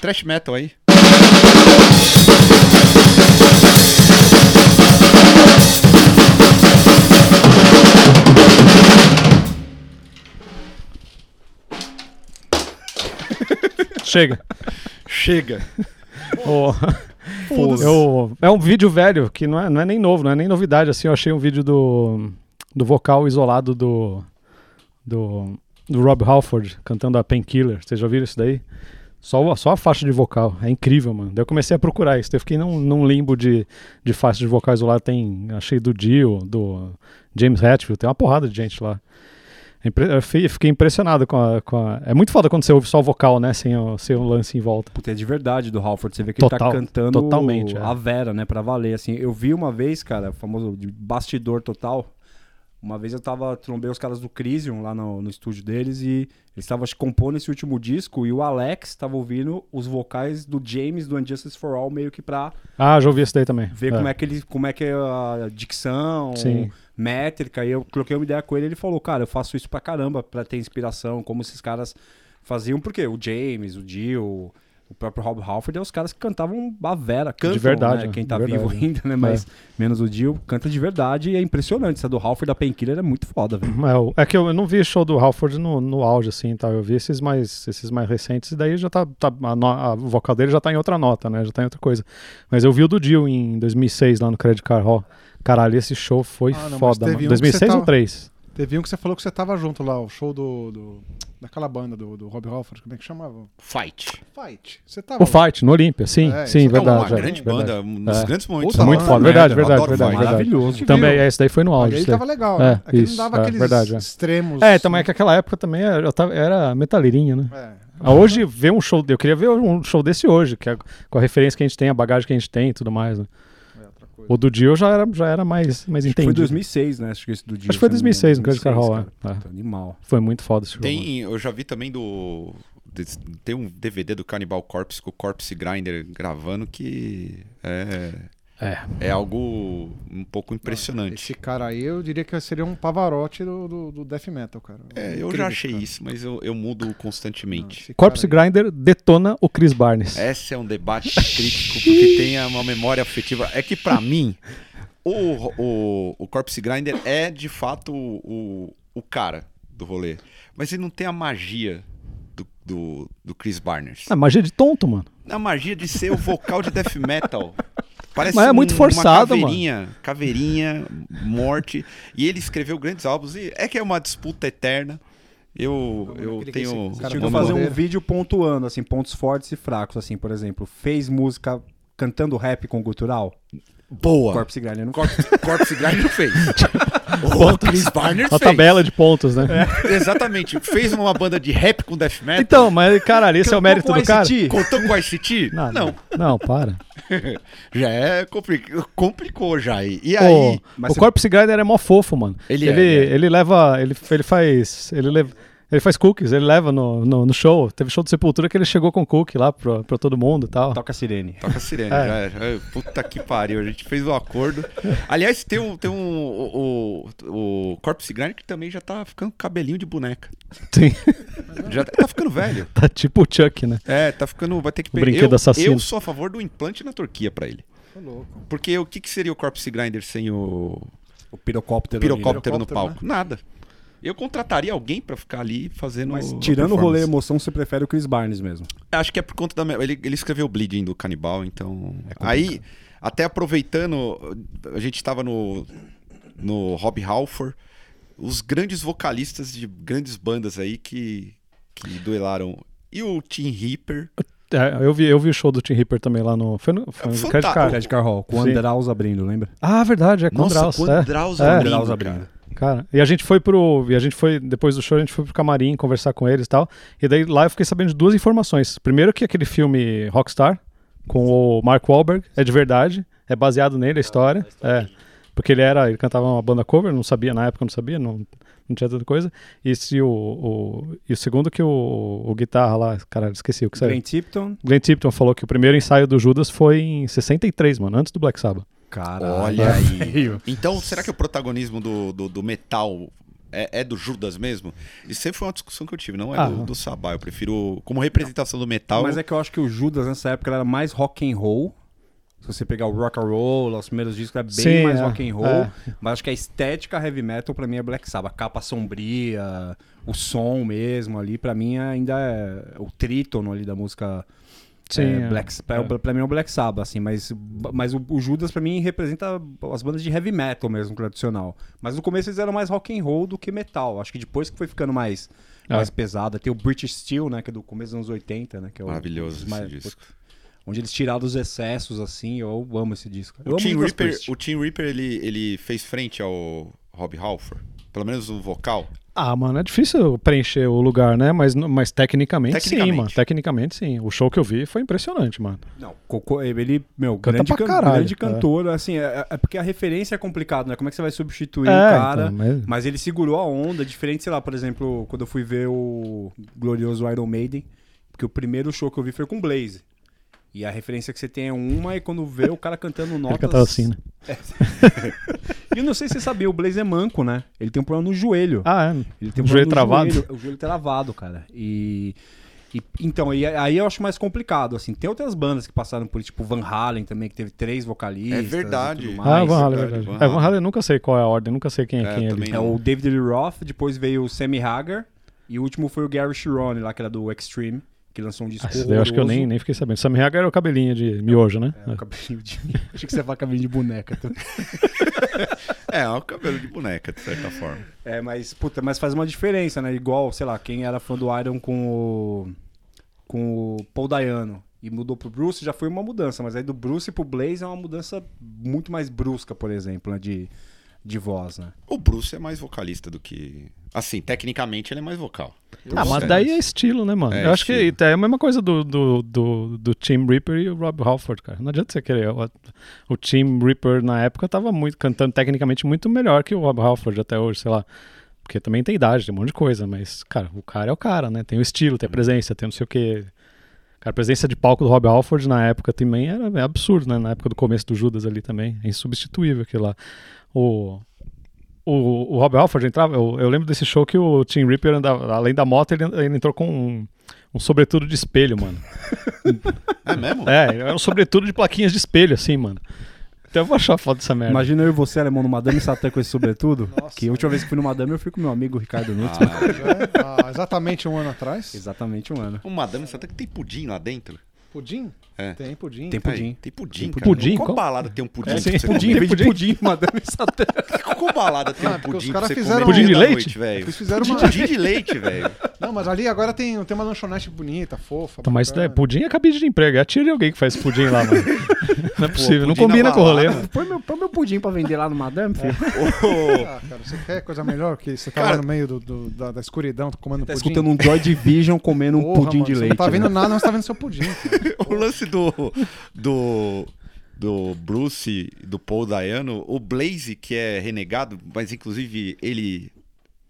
[SPEAKER 2] trash metal aí.
[SPEAKER 3] Chega.
[SPEAKER 2] Chega.
[SPEAKER 3] Ô, eu- é um vídeo velho, que não é, não é nem novo, não é nem novidade. Assim, eu achei um vídeo do, do vocal isolado do, do, do Rob Halford cantando a Painkiller. Vocês já ouviram isso daí? Só, o- só a faixa de vocal. É incrível, mano. Daí eu comecei a procurar isso. Daí eu fiquei num, num limbo de, de faixa de vocal isolada. Tem, achei do Dio, do James Hetfield. Tem uma porrada de gente lá. É impre- Eu fi- fiquei impressionado com a, com a- É muito foda quando você ouve só o vocal, né? Sem, o- sem um lance em volta.
[SPEAKER 4] Puta, é de verdade do Halford. Você vê que
[SPEAKER 3] Total,
[SPEAKER 4] ele tá cantando
[SPEAKER 3] totalmente, é.
[SPEAKER 4] a Vera, né? Pra valer, assim. Eu vi uma vez, cara, famoso de bastidor total. Uma vez eu tava, trombei os caras do Crisium lá no, no estúdio deles e eles estavam acho, compondo esse último disco e o Alex tava ouvindo os vocais do James do Injustice for All meio que pra
[SPEAKER 3] Ah, já ouvi isso daí também.
[SPEAKER 4] ver como é que ele, como é que é a dicção,
[SPEAKER 3] Sim.
[SPEAKER 4] métrica. E eu troquei uma ideia com ele, ele falou: "Cara, eu faço isso pra caramba, pra ter inspiração, como esses caras faziam, porque o James, o Dio, o próprio Rob Halford, é os caras que cantavam Bavera, cantam,
[SPEAKER 3] De verdade,
[SPEAKER 4] né?
[SPEAKER 3] né?
[SPEAKER 4] Quem tá
[SPEAKER 3] De verdade. É.
[SPEAKER 4] vivo ainda, né? Mas menos o Dio, canta de verdade e é impressionante. Essa do Halford da Painkiller é muito foda, velho.
[SPEAKER 3] É, o- é que eu não vi show do Halford no, no auge, assim, tal. Eu vi esses mais, esses mais recentes, e daí já tá. tá- a, no- a vocal dele já tá em outra nota, né? Já tá em outra coisa. Mas eu vi o do Dio em 2006 lá no Credit Card Hall. Caralho, esse show foi
[SPEAKER 5] Ah, não, mas
[SPEAKER 3] foda,
[SPEAKER 5] teve
[SPEAKER 3] mano.
[SPEAKER 5] um que
[SPEAKER 3] 2006
[SPEAKER 5] você
[SPEAKER 3] ou
[SPEAKER 5] tava-
[SPEAKER 3] 3?
[SPEAKER 5] Teve um que você falou que você tava junto lá, o show do. do- daquela banda do, do Rob Halford, como é que chamava?
[SPEAKER 2] Fight.
[SPEAKER 5] Fight. Você tava.
[SPEAKER 3] O Fight, no Olímpia, sim,
[SPEAKER 5] Ah, É,
[SPEAKER 3] sim,
[SPEAKER 5] isso é
[SPEAKER 2] É uma
[SPEAKER 3] verdade. é,
[SPEAKER 2] grande
[SPEAKER 3] verdade.
[SPEAKER 2] banda, um dos
[SPEAKER 3] É.
[SPEAKER 2] grandes momentos.
[SPEAKER 5] Puta,
[SPEAKER 2] da
[SPEAKER 5] muito
[SPEAKER 2] banda,
[SPEAKER 5] foda,
[SPEAKER 2] né?
[SPEAKER 3] verdade,
[SPEAKER 2] Eu
[SPEAKER 3] verdade,
[SPEAKER 2] adoro
[SPEAKER 3] É verdade,
[SPEAKER 2] Fight.
[SPEAKER 3] verdade.
[SPEAKER 4] Maravilhoso.
[SPEAKER 3] Também,
[SPEAKER 5] viu?
[SPEAKER 3] é, esse daí foi no auge.
[SPEAKER 5] Olha, ele
[SPEAKER 3] isso daí.
[SPEAKER 5] tava legal,
[SPEAKER 3] É,
[SPEAKER 5] né? Aquele
[SPEAKER 3] isso,
[SPEAKER 5] não dava
[SPEAKER 3] é,
[SPEAKER 5] aqueles
[SPEAKER 3] verdade, é.
[SPEAKER 5] extremos.
[SPEAKER 3] É, também é que aquela época também era- eu tava- era metaleirinha, né?
[SPEAKER 5] É.
[SPEAKER 3] Ah, hoje ver um show, eu queria ver um show desse hoje, que é com a referência que a gente tem, a bagagem que a gente tem e tudo mais, né?
[SPEAKER 2] É,
[SPEAKER 3] O do Dio já era, já era mais, mais
[SPEAKER 4] Acho que foi
[SPEAKER 3] entendido.
[SPEAKER 4] 2006, né? Acho que esse do Dio.
[SPEAKER 3] Acho que foi
[SPEAKER 4] se eu não me
[SPEAKER 3] 2006,
[SPEAKER 4] engano.
[SPEAKER 3] no Credit Card Hall,
[SPEAKER 4] 2006,
[SPEAKER 3] é.
[SPEAKER 4] cara. Puta, Animal.
[SPEAKER 3] Foi muito foda esse show. mano.
[SPEAKER 2] Tem, eu já vi também do. des- Tem um DVD do Cannibal Corpse com o Corpse Grinder gravando que. É.
[SPEAKER 3] É.
[SPEAKER 2] É algo um pouco impressionante.
[SPEAKER 5] assim, Esse cara aí, eu diria que seria um pavarote do, do, do death metal, cara.
[SPEAKER 2] É, eu
[SPEAKER 5] Incrível,
[SPEAKER 2] já achei
[SPEAKER 5] cara.
[SPEAKER 2] isso, mas eu, eu mudo constantemente.
[SPEAKER 5] Esse
[SPEAKER 3] Corpse
[SPEAKER 5] cara aí.
[SPEAKER 3] Grinder detona o Chris Barnes.
[SPEAKER 2] Esse é um debate crítico porque tem uma memória afetiva. É que pra mim, o, o, o Corpse Grinder é de fato o, o, o cara do rolê. Mas ele não tem a magia do, do, do Chris Barnes.
[SPEAKER 3] É magia de tonto, mano.
[SPEAKER 2] A magia de ser o vocal de death metal. Parece um-
[SPEAKER 3] Mas é muito forçado,
[SPEAKER 2] uma
[SPEAKER 3] mano.
[SPEAKER 2] caveirinha, caveirinha, morte. E ele escreveu grandes álbuns. E é que é uma disputa eterna. Eu, eu
[SPEAKER 1] aquele que
[SPEAKER 2] tenho.
[SPEAKER 1] esse
[SPEAKER 4] Cara,
[SPEAKER 1] cara
[SPEAKER 4] tinha que
[SPEAKER 2] uma
[SPEAKER 4] fazer um
[SPEAKER 5] maneira.
[SPEAKER 4] vídeo pontuando, assim, pontos fortes e fracos, assim, por exemplo, fez música cantando rap com gutural?
[SPEAKER 2] Boa.
[SPEAKER 4] Corpse Grinder não
[SPEAKER 2] Corpse, Corpse Grinder não fez. o Chris Barnes
[SPEAKER 3] Uma
[SPEAKER 2] fez.
[SPEAKER 3] tabela de pontos, né?
[SPEAKER 2] Exatamente. Fez uma banda de rap com death metal.
[SPEAKER 3] Então, mas, caralho, esse é o
[SPEAKER 2] um
[SPEAKER 3] mérito do
[SPEAKER 4] Cantou com
[SPEAKER 3] cara?
[SPEAKER 4] ICT?
[SPEAKER 2] Contou com a ICT?
[SPEAKER 3] Nada.
[SPEAKER 2] Não.
[SPEAKER 3] Não, para.
[SPEAKER 2] Já é complicado. Complicou já. aí. E
[SPEAKER 3] Pô,
[SPEAKER 2] aí?
[SPEAKER 4] mas
[SPEAKER 3] o
[SPEAKER 4] você-
[SPEAKER 3] Corpse Grinder é mó fofo, mano.
[SPEAKER 2] Ele é,
[SPEAKER 3] ele,
[SPEAKER 2] ele é.
[SPEAKER 3] ele leva. Ele, ele faz. Ele leva. Ele faz cookies, ele leva no, no, no show. Teve show do Sepultura que ele chegou com cookie lá pra, pra todo mundo e
[SPEAKER 2] Tá.
[SPEAKER 3] tal.
[SPEAKER 4] toca sirene.
[SPEAKER 2] Toca a
[SPEAKER 3] É.
[SPEAKER 2] sirene, já era. Ai, Puta que pariu, a gente fez um acordo. Aliás, tem um. Tem um o, o, o Corpse Grinder que também já tá ficando cabelinho de boneca.
[SPEAKER 3] Sim.
[SPEAKER 2] Já tá ficando velho.
[SPEAKER 3] tá tipo o Chuck, né?
[SPEAKER 2] É, tá ficando. Vai ter que
[SPEAKER 3] O brinquedo
[SPEAKER 2] eu,
[SPEAKER 3] assassino.
[SPEAKER 2] Eu sou a favor do implante na Turquia pra ele.
[SPEAKER 5] Tô louco.
[SPEAKER 2] Porque o que, que seria o Corpse Grinder sem o
[SPEAKER 4] O pirocóptero. ali, né?
[SPEAKER 2] pirocóptero no
[SPEAKER 5] pirocóptero,
[SPEAKER 2] palco? Nada. Eu contrataria alguém pra ficar ali fazendo.
[SPEAKER 4] Mas
[SPEAKER 2] a
[SPEAKER 4] tirando o rolê
[SPEAKER 2] performance.
[SPEAKER 4] emoção, você prefere o Chris Barnes mesmo.
[SPEAKER 2] Acho que é por conta da. minha- Ele, ele escreveu o Bleeding do Canibal, então.
[SPEAKER 4] É
[SPEAKER 2] Aí, até aproveitando, a gente estava no, no Rob Halford, os grandes vocalistas de grandes bandas aí que, que duelaram. E o Tim Reaper.
[SPEAKER 3] É, eu, vi, eu vi o show do Tim Reaper também lá no. Foi no, foi no
[SPEAKER 2] Fanta-
[SPEAKER 3] Credit Card.
[SPEAKER 4] Fred Carroll, com o
[SPEAKER 3] Sim.
[SPEAKER 4] Andraus abrindo, lembra?
[SPEAKER 3] Ah, verdade, é com
[SPEAKER 2] Nossa,
[SPEAKER 3] Drauzio,
[SPEAKER 2] com
[SPEAKER 3] é.
[SPEAKER 2] Drauzio
[SPEAKER 3] É.
[SPEAKER 2] abrindo.
[SPEAKER 4] Andraus
[SPEAKER 2] cara.
[SPEAKER 4] abrindo.
[SPEAKER 3] Cara, e a gente foi pro. E a gente foi, depois do show, a gente foi pro camarim conversar com eles e tal. E daí lá eu fiquei sabendo de duas informações. Primeiro, que aquele filme Rockstar, com o Mark Wahlberg, é de verdade, é baseado nele a história. É. Porque ele era. Ele cantava uma banda cover, não sabia, na época eu não sabia, não, não tinha tanta coisa. E se o. o- e o segundo que o, o guitarra lá, caralho, esqueci o que saiu.
[SPEAKER 4] Glenn Tipton.
[SPEAKER 3] Glenn Tipton falou que o primeiro ensaio do Judas foi em 63, mano, antes do Black Sabbath.
[SPEAKER 4] Caralho.
[SPEAKER 2] Olha aí.
[SPEAKER 4] Feio.
[SPEAKER 2] Então, será que o protagonismo do, do, do metal é, é do Judas mesmo? Isso sempre foi uma discussão que eu tive, não é
[SPEAKER 3] Ah.
[SPEAKER 2] do, do Sabá. Eu prefiro, como representação do metal.
[SPEAKER 4] Mas é que eu acho que o Judas nessa época era mais rock and roll. Se você pegar o rock and roll, os primeiros discos era bem
[SPEAKER 3] Sim,
[SPEAKER 4] mais
[SPEAKER 3] é,
[SPEAKER 4] rock and roll.
[SPEAKER 3] é.
[SPEAKER 4] Mas acho que a estética heavy metal pra mim é Black Sabbath, a capa sombria, o som mesmo ali pra mim ainda é o trítono ali da música
[SPEAKER 3] Sim,
[SPEAKER 4] é,
[SPEAKER 3] é.
[SPEAKER 4] Black, pra,
[SPEAKER 3] É.
[SPEAKER 4] pra mim é o Black Sabbath, assim, mas, mas o, o Judas pra mim representa as bandas de heavy metal mesmo, tradicional. Mas no começo eles eram mais rock and roll do que metal. Acho que depois que foi ficando mais,
[SPEAKER 3] É.
[SPEAKER 4] mais pesada. Tem o British Steel, né, que é do começo dos anos 80, né, que é o-
[SPEAKER 2] Maravilhoso
[SPEAKER 4] os
[SPEAKER 2] esse disco.
[SPEAKER 4] Onde eles tiraram os excessos, assim, eu amo esse disco. Eu
[SPEAKER 2] O
[SPEAKER 4] amo
[SPEAKER 2] Tim,
[SPEAKER 4] Judas
[SPEAKER 2] Reaper,
[SPEAKER 4] Priest.
[SPEAKER 2] o Tim Reaper, ele, ele fez frente ao Rob Halford. Pelo menos o vocal.
[SPEAKER 3] Ah, mano, é difícil preencher o lugar, né? Mas, no- mas tecnicamente,
[SPEAKER 2] Tecnicamente.
[SPEAKER 3] sim, mano. Tecnicamente sim. O show que eu vi foi impressionante, mano.
[SPEAKER 4] Não, Cocô, ele, meu,
[SPEAKER 3] Canta
[SPEAKER 4] grande,
[SPEAKER 3] pra
[SPEAKER 4] can-
[SPEAKER 3] caralho,
[SPEAKER 4] grande
[SPEAKER 3] é.
[SPEAKER 4] cantor, assim, é, é porque a referência é complicado, né? Como é que você vai
[SPEAKER 3] É,
[SPEAKER 4] substituir o cara?
[SPEAKER 3] então, mas-
[SPEAKER 4] mas... ele segurou a onda, diferente, sei lá, por exemplo, quando eu fui ver o glorioso Iron Maiden, porque o primeiro show que eu vi foi com Blaze. E a referência que você tem é uma, e quando vê o cara cantando notas...
[SPEAKER 3] Ele cantava assim, né?
[SPEAKER 4] E eu não sei se você sabia, o Blaze é manco, né? Ele tem um problema no joelho.
[SPEAKER 3] Ah,
[SPEAKER 4] Ele
[SPEAKER 3] é.
[SPEAKER 4] tem
[SPEAKER 3] O
[SPEAKER 4] um
[SPEAKER 3] joelho
[SPEAKER 4] problema no
[SPEAKER 3] travado.
[SPEAKER 4] joelho, o joelho travado, cara. E, e- então, e aí eu acho mais complicado, assim. Tem outras bandas que passaram por, isso, tipo Van Halen também, que teve três vocalistas.
[SPEAKER 2] É verdade.
[SPEAKER 4] e tudo mais.
[SPEAKER 3] Ah, Van Halen, é
[SPEAKER 2] verdade,
[SPEAKER 3] verdade.
[SPEAKER 2] Van
[SPEAKER 3] É, Van
[SPEAKER 2] Halen.
[SPEAKER 3] Halen eu nunca sei qual é a ordem, nunca sei quem é,
[SPEAKER 2] É,
[SPEAKER 3] quem é
[SPEAKER 2] também
[SPEAKER 3] ele.
[SPEAKER 4] É o David Lee Roth, depois veio o Sammy Hagar e o último foi o Gary Chirone, lá que era do Extreme, que lançou um disco
[SPEAKER 3] Ah, esse daí eu acho que eu nem,
[SPEAKER 4] horroroso.
[SPEAKER 3] nem fiquei sabendo. Sam Hagar era o cabelinho de miojo, né?
[SPEAKER 4] É, o cabelinho de... Achei que você ia falar cabelinho de boneca. Tô...
[SPEAKER 2] É, é o cabelo de boneca, de certa forma.
[SPEAKER 4] É, mas, puta, mas faz uma diferença, né? Igual, sei lá, quem era fã do Iron com o. com o Paul Dayano e mudou pro Bruce, já foi uma mudança, mas aí do Bruce pro Blaze é uma mudança muito mais brusca, por exemplo, né? De, de voz, né?
[SPEAKER 2] O Bruce é mais vocalista do que. Assim, tecnicamente ele é mais vocal.
[SPEAKER 3] Ah, mas daí é estilo, né, mano?
[SPEAKER 2] É,
[SPEAKER 3] eu acho
[SPEAKER 2] estilo.
[SPEAKER 3] que é a mesma coisa do, do, do, do Tim Reaper e o Rob Halford, cara. Não adianta você querer. O, o Tim Reaper na época tava muito, cantando tecnicamente muito melhor que o Rob Halford até hoje, sei lá. Porque também tem idade, tem um monte de coisa, mas, cara, o cara é o cara, né? Tem o estilo, tem a presença, tem não sei o quê. Cara, a presença de palco do Rob Alford na época também era é absurdo, né? Na época do começo do Judas ali também. É insubstituível aquilo lá. O, o, o Rob Alford entrava. Eu, eu lembro desse show que o Tim Ripper, andava, além da moto, ele, ele entrou com um, um sobretudo de espelho, mano.
[SPEAKER 2] É mesmo?
[SPEAKER 3] É, era um sobretudo de plaquinhas de espelho, assim, mano. Então eu vou achar foto dessa merda.
[SPEAKER 4] Imagina eu e você, alemão, no Madame Satã com esse sobretudo. que a última vez que fui no Madame eu fui com meu amigo Ricardo Nutt.
[SPEAKER 2] Ah,
[SPEAKER 5] É, há exatamente um ano atrás.
[SPEAKER 4] Exatamente um ano.
[SPEAKER 2] O Madame Satã que tem pudim lá dentro.
[SPEAKER 5] Pudim?
[SPEAKER 2] É.
[SPEAKER 5] Tem pudim.
[SPEAKER 4] Tem
[SPEAKER 2] Aí,
[SPEAKER 4] pudim.
[SPEAKER 2] tem pudim, cara.
[SPEAKER 3] pudim,
[SPEAKER 2] Qual
[SPEAKER 3] qual-
[SPEAKER 2] balada tem um pudim?
[SPEAKER 3] É, sim,
[SPEAKER 2] pra você
[SPEAKER 4] Pudim,
[SPEAKER 2] comer?
[SPEAKER 4] em vez de pudim, Madame Satã.
[SPEAKER 2] Qual balada tem
[SPEAKER 5] Ah,
[SPEAKER 2] um
[SPEAKER 5] porque os
[SPEAKER 2] pudim pra
[SPEAKER 5] caras
[SPEAKER 2] você comer
[SPEAKER 5] fizeram-
[SPEAKER 3] Pudim de
[SPEAKER 2] no meio da
[SPEAKER 3] leite?
[SPEAKER 2] noite, velho?
[SPEAKER 5] Eles fizeram uma.
[SPEAKER 2] Pudim de leite, velho.
[SPEAKER 5] Não, mas ali agora tem, tem uma lanchonete bonita, fofa.
[SPEAKER 3] Então, mas é,
[SPEAKER 5] bacana.
[SPEAKER 3] pudim é cabide de emprego. É a tia de alguém que faz pudim lá, mano. Não é possível. não
[SPEAKER 2] pudim
[SPEAKER 3] combina
[SPEAKER 2] na
[SPEAKER 3] com o rolê,
[SPEAKER 2] balada.
[SPEAKER 3] mano.
[SPEAKER 4] Põe meu, põe meu pudim pra vender lá no Madame, filho.
[SPEAKER 2] Ô,
[SPEAKER 5] Ah, cara, você quer coisa melhor que você tá
[SPEAKER 2] Cara-
[SPEAKER 5] lá no meio do, do- da, da escuridão comendo
[SPEAKER 4] Tá
[SPEAKER 5] pudim?
[SPEAKER 4] escutando um Joy Division comendo um
[SPEAKER 5] Porra,
[SPEAKER 4] pudim
[SPEAKER 5] mano,
[SPEAKER 4] de
[SPEAKER 5] você
[SPEAKER 4] leite.
[SPEAKER 5] Não tá vendo
[SPEAKER 4] né?
[SPEAKER 5] nada, mas tá vendo seu pudim. cara.
[SPEAKER 2] o lance do, do, do Bruce, do Paul Dayano, o Blaze, que é renegado, mas inclusive ele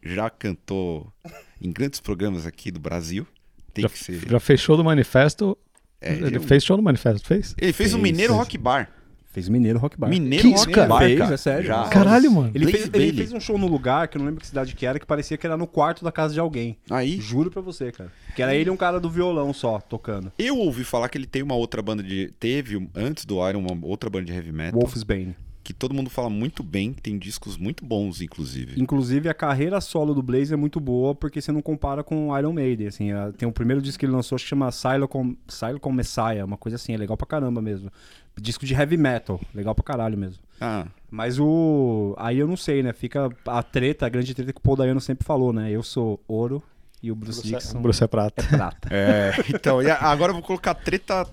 [SPEAKER 2] já cantou em grandes programas aqui do Brasil. Tem
[SPEAKER 3] Já,
[SPEAKER 2] que ser.
[SPEAKER 3] já fez show do manifesto.
[SPEAKER 2] É,
[SPEAKER 3] ele
[SPEAKER 2] eu-
[SPEAKER 3] fez show do manifesto, fez? é.
[SPEAKER 2] Ele fez o
[SPEAKER 4] Fez,
[SPEAKER 2] Mineiro
[SPEAKER 4] fez.
[SPEAKER 2] Rock Bar.
[SPEAKER 4] Fez Mineiro Rock Bar.
[SPEAKER 2] Mineiro
[SPEAKER 3] Que isso,
[SPEAKER 2] Rock
[SPEAKER 3] cara?
[SPEAKER 2] Bar.
[SPEAKER 4] Fez,
[SPEAKER 2] cara.
[SPEAKER 4] é sério.
[SPEAKER 2] Já.
[SPEAKER 3] Caralho, mano.
[SPEAKER 4] Ele
[SPEAKER 2] Blaze
[SPEAKER 4] fez, ele
[SPEAKER 2] Bailey.
[SPEAKER 4] fez um show no lugar, que eu não lembro que cidade que era, que parecia que era no quarto da casa de alguém.
[SPEAKER 2] Aí.
[SPEAKER 4] Juro pra você, cara. Que era ele e um cara do violão só, tocando.
[SPEAKER 2] Eu ouvi falar que ele tem uma outra banda de. Teve, um- antes do Iron, uma outra banda de heavy metal.
[SPEAKER 4] Wolfsbane.
[SPEAKER 2] Que todo mundo fala muito bem, tem discos muito bons, inclusive.
[SPEAKER 4] Inclusive, a carreira solo do Blaze é muito boa, porque você não compara com o Iron Maiden, assim. a- Tem o primeiro disco que ele lançou que chama Silicon, Silicon Messiah, uma coisa assim, é legal pra caramba mesmo. Disco de heavy metal, legal pra caralho mesmo.
[SPEAKER 2] Ah,
[SPEAKER 4] Mas o... Aí eu não sei, né? Fica a treta, a grande treta que o Paul Dayano sempre falou, né? Eu sou ouro e o Bruce, Dixon
[SPEAKER 3] Bruce é prata.
[SPEAKER 4] é prata.
[SPEAKER 2] É, então, e a- agora eu vou colocar treta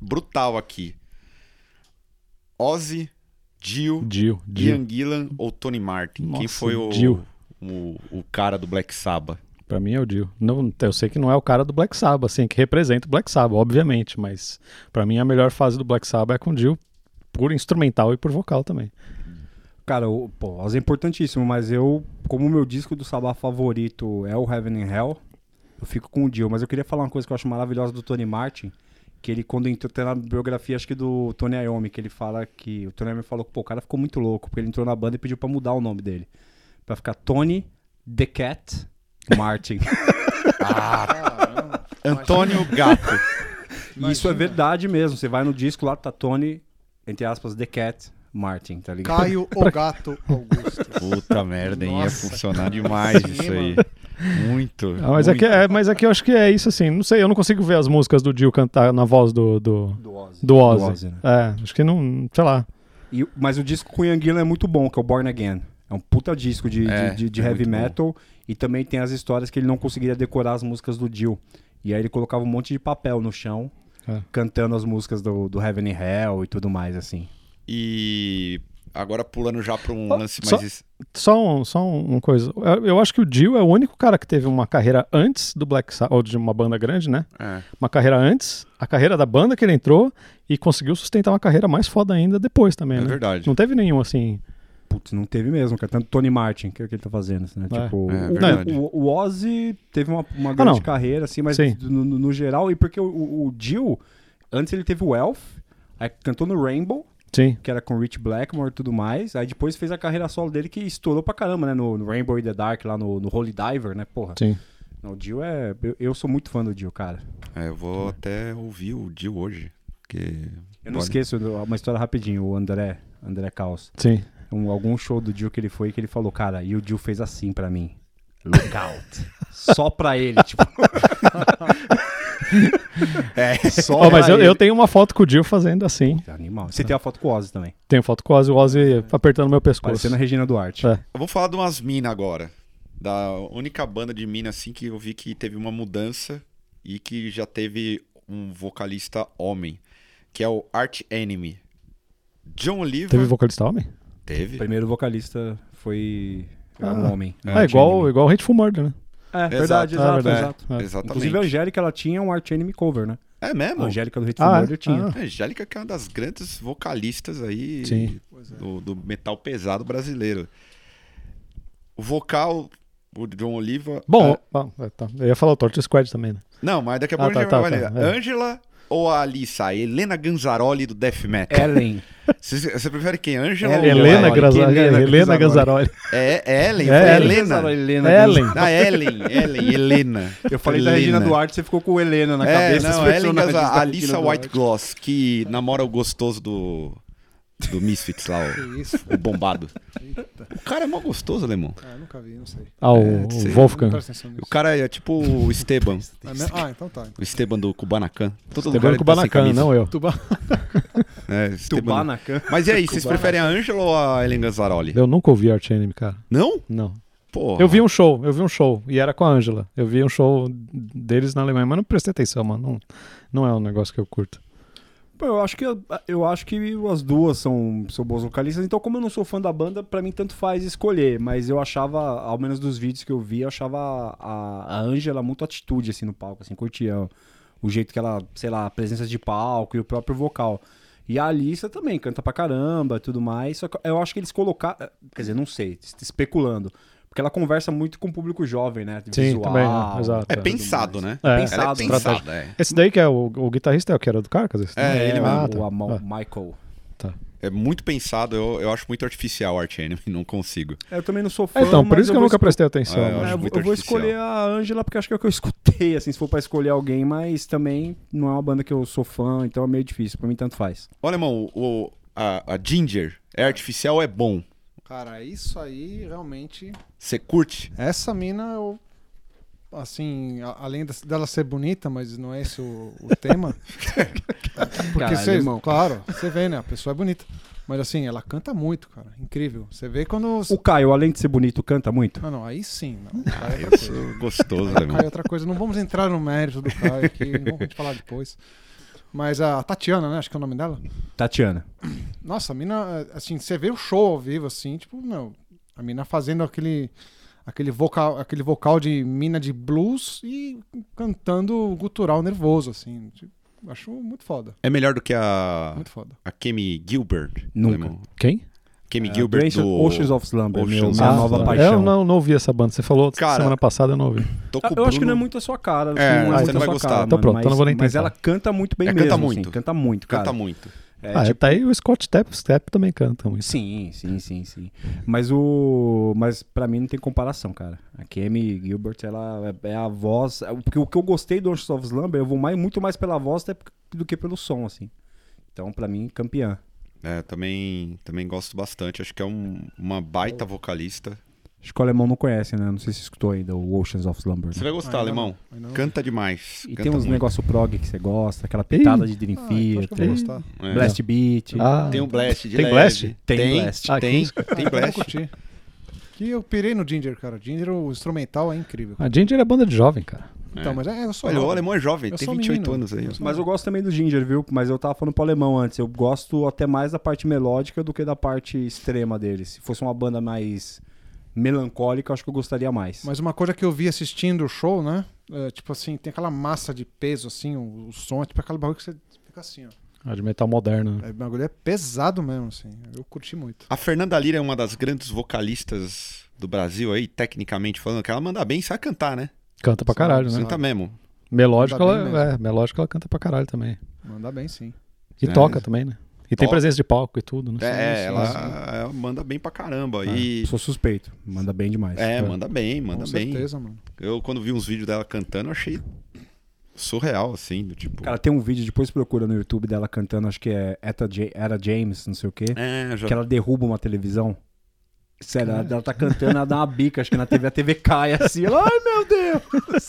[SPEAKER 2] brutal aqui. Ozzy, Dio,
[SPEAKER 3] Dio, Dio.
[SPEAKER 2] Ian Gillan ou Tony Martin? Quem
[SPEAKER 3] Nossa,
[SPEAKER 2] foi o,
[SPEAKER 3] Dio.
[SPEAKER 2] o, o cara do Black Sabbath?
[SPEAKER 3] Pra mim é o Dio. Não, eu sei que não é o cara do Black Sabbath, assim, que representa o Black Sabbath, obviamente, mas pra mim a melhor fase do Black Sabbath é com o Dio, por instrumental e por vocal também.
[SPEAKER 4] Cara, o, pô, Oz é importantíssimo, mas eu, como o meu disco do Sabá favorito é o Heaven and Hell, eu fico com o Dio. Mas eu queria falar uma coisa que eu acho maravilhosa do Tony Martin, que ele, quando entrou, tem na biografia, acho que do Tony Iommi, que ele fala que, o Tony Iommi falou que, pô, o cara ficou muito louco, porque ele entrou na banda e pediu pra mudar o nome dele. Pra ficar Tony The Cat Martin.
[SPEAKER 5] Caramba.
[SPEAKER 2] Antônio Gato.
[SPEAKER 4] e isso é verdade mesmo, você vai no disco, lá tá Tony, entre aspas, The Cat Martin, tá ligado?
[SPEAKER 5] Caio o Gato Augusto.
[SPEAKER 2] Puta merda, hein? Ia
[SPEAKER 5] Nossa,
[SPEAKER 2] funcionar
[SPEAKER 5] cara.
[SPEAKER 2] demais
[SPEAKER 5] Sim,
[SPEAKER 2] isso
[SPEAKER 5] mano.
[SPEAKER 2] aí. Muito.
[SPEAKER 3] Ah, mas,
[SPEAKER 2] muito.
[SPEAKER 3] aqui, é, mas aqui eu acho que é isso, assim, não sei, eu não consigo ver as músicas do Dio cantar na voz do, do,
[SPEAKER 4] Do Ozzy.
[SPEAKER 3] do Ozzy.
[SPEAKER 4] Ozzy, né?
[SPEAKER 3] É, acho que não, sei lá.
[SPEAKER 4] E- mas o disco com Ian Gillan é muito bom, que é o Born Again. É um puta disco de, de-
[SPEAKER 2] É,
[SPEAKER 4] de- de
[SPEAKER 2] é
[SPEAKER 4] heavy
[SPEAKER 2] muito bom.
[SPEAKER 4] metal. E também tem as histórias que ele não conseguiria decorar as músicas do Dio. E aí ele colocava um monte de papel no chão,
[SPEAKER 3] É.
[SPEAKER 4] cantando as músicas do, do Heaven and Hell e tudo mais, assim.
[SPEAKER 2] E agora pulando já pra um
[SPEAKER 3] Oh,
[SPEAKER 2] lance
[SPEAKER 3] só-
[SPEAKER 2] mais. es-
[SPEAKER 3] Só, um, só um- uma coisa. Eu, eu acho que o Dio é o único cara que teve uma carreira antes do Black Sabbath, ou de uma banda grande, né?
[SPEAKER 2] É.
[SPEAKER 3] Uma carreira antes, a carreira da banda que ele entrou e conseguiu sustentar uma carreira mais foda ainda depois também,
[SPEAKER 2] É
[SPEAKER 3] né?
[SPEAKER 2] verdade.
[SPEAKER 3] Não teve nenhum assim.
[SPEAKER 4] Putz, não teve mesmo, cara. Tanto Tony Martin, que é o que ele tá fazendo, assim, né?
[SPEAKER 3] É. Ah,
[SPEAKER 4] Tipo,
[SPEAKER 2] É,
[SPEAKER 4] o-
[SPEAKER 2] verdade.
[SPEAKER 4] o, o Ozzy teve uma, uma grande
[SPEAKER 3] não.
[SPEAKER 4] carreira, assim, mas
[SPEAKER 3] Sim.
[SPEAKER 4] no, no- no geral... E porque o, o o Dio, antes ele teve o Elf, aí cantou no Rainbow,
[SPEAKER 3] Sim.
[SPEAKER 4] que era com Rich Blackmore e tudo mais. Aí depois fez a carreira solo dele que estourou pra caramba, né? No, no Rainbow in the Dark, lá no, no Holy Diver, né? Porra.
[SPEAKER 3] Sim.
[SPEAKER 4] Não, o Dio é. Eu, eu sou muito fã do Dio, cara.
[SPEAKER 2] É, eu vou
[SPEAKER 3] Tá
[SPEAKER 2] até ouvir o Dio hoje. Porque.
[SPEAKER 4] Eu não
[SPEAKER 2] Olha.
[SPEAKER 4] esqueço do- uma história rapidinho, o André. André Caos.
[SPEAKER 3] Sim.
[SPEAKER 4] Um, algum show do Dio que ele foi que ele falou, cara, e o Dio fez assim pra mim. Lookout. Só pra ele, tipo. é, só
[SPEAKER 3] Ó, Oh, mas
[SPEAKER 4] pra
[SPEAKER 3] eu, eu
[SPEAKER 4] ele.
[SPEAKER 3] tenho uma foto com o Dio fazendo assim.
[SPEAKER 4] Animal. Você tem a foto com o Ozzy também.
[SPEAKER 3] Tenho foto com o Ozzy, o Ozzy apertando meu pescoço.
[SPEAKER 4] Parecendo a Regina Duarte.
[SPEAKER 3] É.
[SPEAKER 2] Vamos falar de umas minas agora. Da única banda de mina assim que eu vi que teve uma mudança e que já teve um vocalista homem, que é o Art Enemy. John Oliver
[SPEAKER 3] Teve vocalista homem?
[SPEAKER 4] O
[SPEAKER 2] Teve?
[SPEAKER 4] primeiro vocalista foi
[SPEAKER 3] Ah.
[SPEAKER 4] um homem.
[SPEAKER 3] É,
[SPEAKER 4] Art
[SPEAKER 3] igual,
[SPEAKER 4] Enemy.
[SPEAKER 3] igual Hateful Murder, né?
[SPEAKER 4] É,
[SPEAKER 3] Ah,
[SPEAKER 2] verdade,
[SPEAKER 4] verdade, exato,
[SPEAKER 3] verdade.
[SPEAKER 4] exato.
[SPEAKER 3] É.
[SPEAKER 2] Exatamente.
[SPEAKER 4] Inclusive a Angélica, ela tinha um Art Enemy cover, né?
[SPEAKER 2] É
[SPEAKER 4] A
[SPEAKER 2] mesmo?
[SPEAKER 4] Angélica do Hateful
[SPEAKER 3] Ah,
[SPEAKER 4] Murder
[SPEAKER 3] é?
[SPEAKER 4] tinha.
[SPEAKER 3] Ah.
[SPEAKER 2] A Angélica que é uma das grandes vocalistas aí
[SPEAKER 3] Sim.
[SPEAKER 2] do, do metal pesado brasileiro. O vocal O John Oliva.
[SPEAKER 3] Bom,
[SPEAKER 2] é-
[SPEAKER 3] ah, tá. eu ia falar o Torture Squad também, né?
[SPEAKER 2] não, mas daqui a
[SPEAKER 3] Ah,
[SPEAKER 2] pouco
[SPEAKER 3] tá,
[SPEAKER 2] a gente vai
[SPEAKER 3] tá, tá,
[SPEAKER 2] vai ler.
[SPEAKER 3] é.
[SPEAKER 2] Ângela ou a Alissa? A Helena Ganzaroli do Death Metal.
[SPEAKER 4] Ellen.
[SPEAKER 2] Você você prefere quem? Ângela ou
[SPEAKER 3] Helena,
[SPEAKER 4] Gazzaroli,
[SPEAKER 3] Grazza-
[SPEAKER 4] quem é Helena
[SPEAKER 3] Helena
[SPEAKER 4] Gazzaroli?
[SPEAKER 3] Gazzaroli.
[SPEAKER 2] É, é Ellen?
[SPEAKER 3] É
[SPEAKER 2] É,
[SPEAKER 3] Ellen.
[SPEAKER 2] Helena.
[SPEAKER 4] Helena.
[SPEAKER 3] Ellen.
[SPEAKER 2] Ah, Ellen, Ellen, Helena.
[SPEAKER 4] Eu falei
[SPEAKER 2] Helena.
[SPEAKER 4] da Regina Duarte, você ficou com Helena na
[SPEAKER 2] é,
[SPEAKER 4] cabeça.
[SPEAKER 2] não,
[SPEAKER 4] os
[SPEAKER 2] Ellen Gaza,
[SPEAKER 4] personagens da
[SPEAKER 2] a
[SPEAKER 4] Regina
[SPEAKER 2] Alissa
[SPEAKER 4] tá Duarte.
[SPEAKER 2] White Gloss, que namora o gostoso do, do Misfits lá, o,
[SPEAKER 5] Que isso?
[SPEAKER 2] o bombado. O cara é mó gostoso, Alemão.
[SPEAKER 5] Ah, eu nunca vi, não sei.
[SPEAKER 3] Ah, o,
[SPEAKER 2] É,
[SPEAKER 3] o
[SPEAKER 2] sim.
[SPEAKER 5] Não
[SPEAKER 3] Wolfgang.
[SPEAKER 5] presta atenção
[SPEAKER 2] O
[SPEAKER 5] nisso.
[SPEAKER 2] cara é tipo o Esteban,
[SPEAKER 5] Ah, né? Ah, então tá.
[SPEAKER 2] o Esteban do Kubanacan. Todo
[SPEAKER 3] Esteban
[SPEAKER 2] lugar ele tá sem
[SPEAKER 3] Kubanacan,
[SPEAKER 2] camisa.
[SPEAKER 3] não eu.
[SPEAKER 5] Tuba...
[SPEAKER 2] É, Esteban.
[SPEAKER 4] Tubanacan.
[SPEAKER 2] Mas e aí, vocês preferem a
[SPEAKER 4] né?
[SPEAKER 2] Ângela ou a Ellen Gazzaroli?
[SPEAKER 3] Eu nunca ouvi Arch Enemy, cara.
[SPEAKER 2] Não?
[SPEAKER 3] Não.
[SPEAKER 2] Pô.
[SPEAKER 3] Eu vi um show, eu vi um show, e era com a Ângela. Eu vi um show deles na Alemanha, mas não prestei atenção, mano. Não, não é um negócio que eu curto.
[SPEAKER 4] Pô, eu acho que eu acho que as duas são, são boas vocalistas, então como eu não sou fã da banda, pra mim tanto faz escolher, mas eu achava, ao menos dos vídeos que eu vi, eu achava a a Ângela muito atitude assim no palco, assim, curtia o jeito que ela, sei lá, a presença de palco e o próprio vocal. E a Alissa também canta pra caramba e tudo mais, só que eu acho que eles colocaram, quer dizer, não sei, especulando, porque ela conversa muito com o público jovem, né?
[SPEAKER 3] Sim,
[SPEAKER 4] Visual,
[SPEAKER 3] também, né? Exato.
[SPEAKER 2] É
[SPEAKER 4] tudo
[SPEAKER 2] pensado,
[SPEAKER 4] mais.
[SPEAKER 2] né?
[SPEAKER 3] É.
[SPEAKER 2] Ela é
[SPEAKER 4] Pensado,
[SPEAKER 2] pensada, é.
[SPEAKER 3] Esse daí que é o, o guitarrista, é o que era do Carcas?
[SPEAKER 2] É, ele
[SPEAKER 4] É,
[SPEAKER 2] mesmo.
[SPEAKER 3] Ah,
[SPEAKER 4] o,
[SPEAKER 3] tá.
[SPEAKER 4] o Amal-
[SPEAKER 3] Ah.
[SPEAKER 4] Michael.
[SPEAKER 2] É muito pensado, eu, eu acho muito artificial o Arch Enemy, não consigo.
[SPEAKER 4] Eu também não sou fã,
[SPEAKER 3] É, então, por
[SPEAKER 4] mas
[SPEAKER 3] isso que eu
[SPEAKER 4] vou
[SPEAKER 3] nunca prestei atenção. né?
[SPEAKER 2] É,
[SPEAKER 3] mano.
[SPEAKER 2] acho
[SPEAKER 4] É, eu, vou-
[SPEAKER 2] muito
[SPEAKER 4] eu vou
[SPEAKER 2] artificial.
[SPEAKER 4] escolher a Ângela porque acho que é o que eu escutei, assim, se for pra escolher alguém, mas também não é uma banda que eu sou fã, então é meio difícil, pra mim tanto faz.
[SPEAKER 2] Olha, irmão, o, a, a Ginger é artificial ou é bom?
[SPEAKER 5] Cara, isso aí realmente.
[SPEAKER 2] Você curte?
[SPEAKER 5] Essa mina, eu. Assim, a- além das- dela ser bonita, mas não é esse o, o tema. Porque
[SPEAKER 4] Caralho,
[SPEAKER 5] você,
[SPEAKER 4] irmão.
[SPEAKER 5] claro, você vê, né? A pessoa é bonita. Mas assim, ela canta muito, cara. Incrível. Você vê quando.
[SPEAKER 4] O Caio, além de ser bonito, canta muito?
[SPEAKER 5] Não, não, aí sim. Não.
[SPEAKER 2] Ah,
[SPEAKER 5] Aí é
[SPEAKER 2] eu
[SPEAKER 5] outra coisa.
[SPEAKER 2] sou gostoso,
[SPEAKER 5] Aí cai
[SPEAKER 2] irmão.
[SPEAKER 5] outra coisa. Não vamos entrar no mérito do Caio aqui, vamos falar depois. Mas a Tatiana, né? Acho que é o nome dela.
[SPEAKER 4] Tatiana.
[SPEAKER 5] Nossa, a mina, assim, você vê o show ao vivo, assim, tipo, meu, a mina fazendo aquele, aquele, vocal, aquele vocal de mina de blues e cantando gutural nervoso, assim. Tipo, acho muito foda,
[SPEAKER 2] É melhor do que a,
[SPEAKER 5] muito foda.
[SPEAKER 2] a Kemi Gilbert?
[SPEAKER 4] Nunca.
[SPEAKER 2] alemão?
[SPEAKER 3] Quem? Ah,
[SPEAKER 2] Kemi
[SPEAKER 4] É,
[SPEAKER 2] Gilbert
[SPEAKER 4] Grace-
[SPEAKER 2] do...
[SPEAKER 4] Oceans of Slumber, meu-
[SPEAKER 2] Oceans
[SPEAKER 4] minha
[SPEAKER 2] of
[SPEAKER 4] nova
[SPEAKER 2] Slumber.
[SPEAKER 4] paixão.
[SPEAKER 3] Eu não, não ouvi essa banda. Você falou
[SPEAKER 2] Cara-
[SPEAKER 3] semana passada, eu não ouvi.
[SPEAKER 2] Tô com o
[SPEAKER 4] Eu acho que não é
[SPEAKER 2] Bruno-
[SPEAKER 4] muito a sua cara.
[SPEAKER 2] É,
[SPEAKER 4] acho que não
[SPEAKER 2] você
[SPEAKER 4] muito
[SPEAKER 2] não vai
[SPEAKER 4] a sua
[SPEAKER 2] gostar.
[SPEAKER 4] cara,
[SPEAKER 2] Então
[SPEAKER 4] mano,
[SPEAKER 3] pronto,
[SPEAKER 4] mas,
[SPEAKER 3] então não vou nem
[SPEAKER 4] Mas
[SPEAKER 3] tentar.
[SPEAKER 4] ela canta muito bem
[SPEAKER 2] É,
[SPEAKER 4] mesmo,
[SPEAKER 2] canta
[SPEAKER 4] assim,
[SPEAKER 2] muito.
[SPEAKER 4] canta muito, cara.
[SPEAKER 2] Canta muito.
[SPEAKER 4] É,
[SPEAKER 3] ah,
[SPEAKER 4] tipo,
[SPEAKER 3] tá aí o Scott Stapp, Stapp também canta um muito.
[SPEAKER 4] Sim, sim, sim, sim. Mas o. Mas pra mim não tem comparação, cara. A Kemi Gilbert, ela é é a voz. é, Porque o que eu gostei do Oceans of Slumber, eu vou mais, muito mais pela voz até do que pelo som, assim. Então, pra mim, campeã.
[SPEAKER 2] É, também, também gosto bastante. Acho que é um- uma baita vocalista.
[SPEAKER 4] Acho que o alemão não conhece, né? Não sei se escutou ainda o Oceans of Slumber. né?
[SPEAKER 2] Você vai gostar,
[SPEAKER 5] Ah, ainda
[SPEAKER 2] alemão.
[SPEAKER 5] não, ainda não.
[SPEAKER 2] Canta demais.
[SPEAKER 4] E
[SPEAKER 2] canta
[SPEAKER 4] tem uns
[SPEAKER 2] muito.
[SPEAKER 4] negócio prog que você gosta, aquela pitada de Dream
[SPEAKER 5] Ah, então acho que eu
[SPEAKER 4] Theater,
[SPEAKER 5] vou gostar.
[SPEAKER 2] É.
[SPEAKER 4] Blast Beat.
[SPEAKER 3] Ah,
[SPEAKER 2] Tem um Blast de
[SPEAKER 3] Tem
[SPEAKER 2] leve.
[SPEAKER 3] Blast?
[SPEAKER 4] Tem
[SPEAKER 2] Tem,
[SPEAKER 4] Blast.
[SPEAKER 2] Blast.
[SPEAKER 3] Ah,
[SPEAKER 2] tem,
[SPEAKER 5] Ah,
[SPEAKER 2] tem
[SPEAKER 5] eu vou
[SPEAKER 2] Blast.
[SPEAKER 5] curtir. Que eu pirei no Ginger, cara. Ginger, o instrumental é incrível.
[SPEAKER 3] A Ginger é banda de jovem, cara.
[SPEAKER 5] Então, mas é, eu sou
[SPEAKER 2] Olha, o
[SPEAKER 5] nova.
[SPEAKER 2] alemão é jovem,
[SPEAKER 5] Eu
[SPEAKER 2] tem
[SPEAKER 5] sou um
[SPEAKER 2] 28
[SPEAKER 5] menino.
[SPEAKER 2] anos aí. ó.
[SPEAKER 4] Mas eu gosto também do Ginger, viu? Mas eu tava falando pro alemão antes. Eu gosto até mais da parte melódica do que da parte extrema dele. Se fosse uma banda mais melancólica, eu acho que eu gostaria mais.
[SPEAKER 5] Mas uma coisa que eu vi assistindo o show, né? é, tipo assim, tem aquela massa de peso, assim, o, o som, é tipo aquele bagulho que você fica assim, ó.
[SPEAKER 3] A de metal moderno.
[SPEAKER 2] Hum.
[SPEAKER 3] né?
[SPEAKER 5] É, O bagulho é pesado mesmo, assim. Eu curti muito.
[SPEAKER 2] A Fernanda Lira é uma das grandes vocalistas do Brasil aí, tecnicamente falando, que ela manda bem, sabe cantar, né?
[SPEAKER 3] Canta pra caralho, né?
[SPEAKER 5] Ah,
[SPEAKER 2] Canta mesmo.
[SPEAKER 3] Melódico
[SPEAKER 5] Ainda bem
[SPEAKER 3] ela, é, melódico ela canta pra caralho também.
[SPEAKER 5] Manda bem, sim.
[SPEAKER 3] E
[SPEAKER 2] né? É.
[SPEAKER 3] toca também, né? E tem
[SPEAKER 2] Toca.
[SPEAKER 3] presença de palco e tudo, né?
[SPEAKER 2] É,
[SPEAKER 5] sim,
[SPEAKER 2] ela,
[SPEAKER 5] sim.
[SPEAKER 2] ela manda bem pra caramba.
[SPEAKER 4] Ah,
[SPEAKER 2] E.
[SPEAKER 4] Sou suspeito. Manda bem demais.
[SPEAKER 2] É, manda bem, manda
[SPEAKER 5] Com
[SPEAKER 2] bem.
[SPEAKER 5] certeza, mano.
[SPEAKER 2] Eu, quando vi uns vídeos dela cantando, eu achei surreal, assim, do tipo.
[SPEAKER 4] Cara, tem um vídeo, depois procura no YouTube dela cantando, acho que é Eta Ja- Era James, não sei o quê.
[SPEAKER 2] é, já.
[SPEAKER 4] Que ela derruba uma televisão. Sério, ela, ela tá cantando, ela dá uma bica, acho que na TV a TV cai assim. ela, Ai, meu Deus!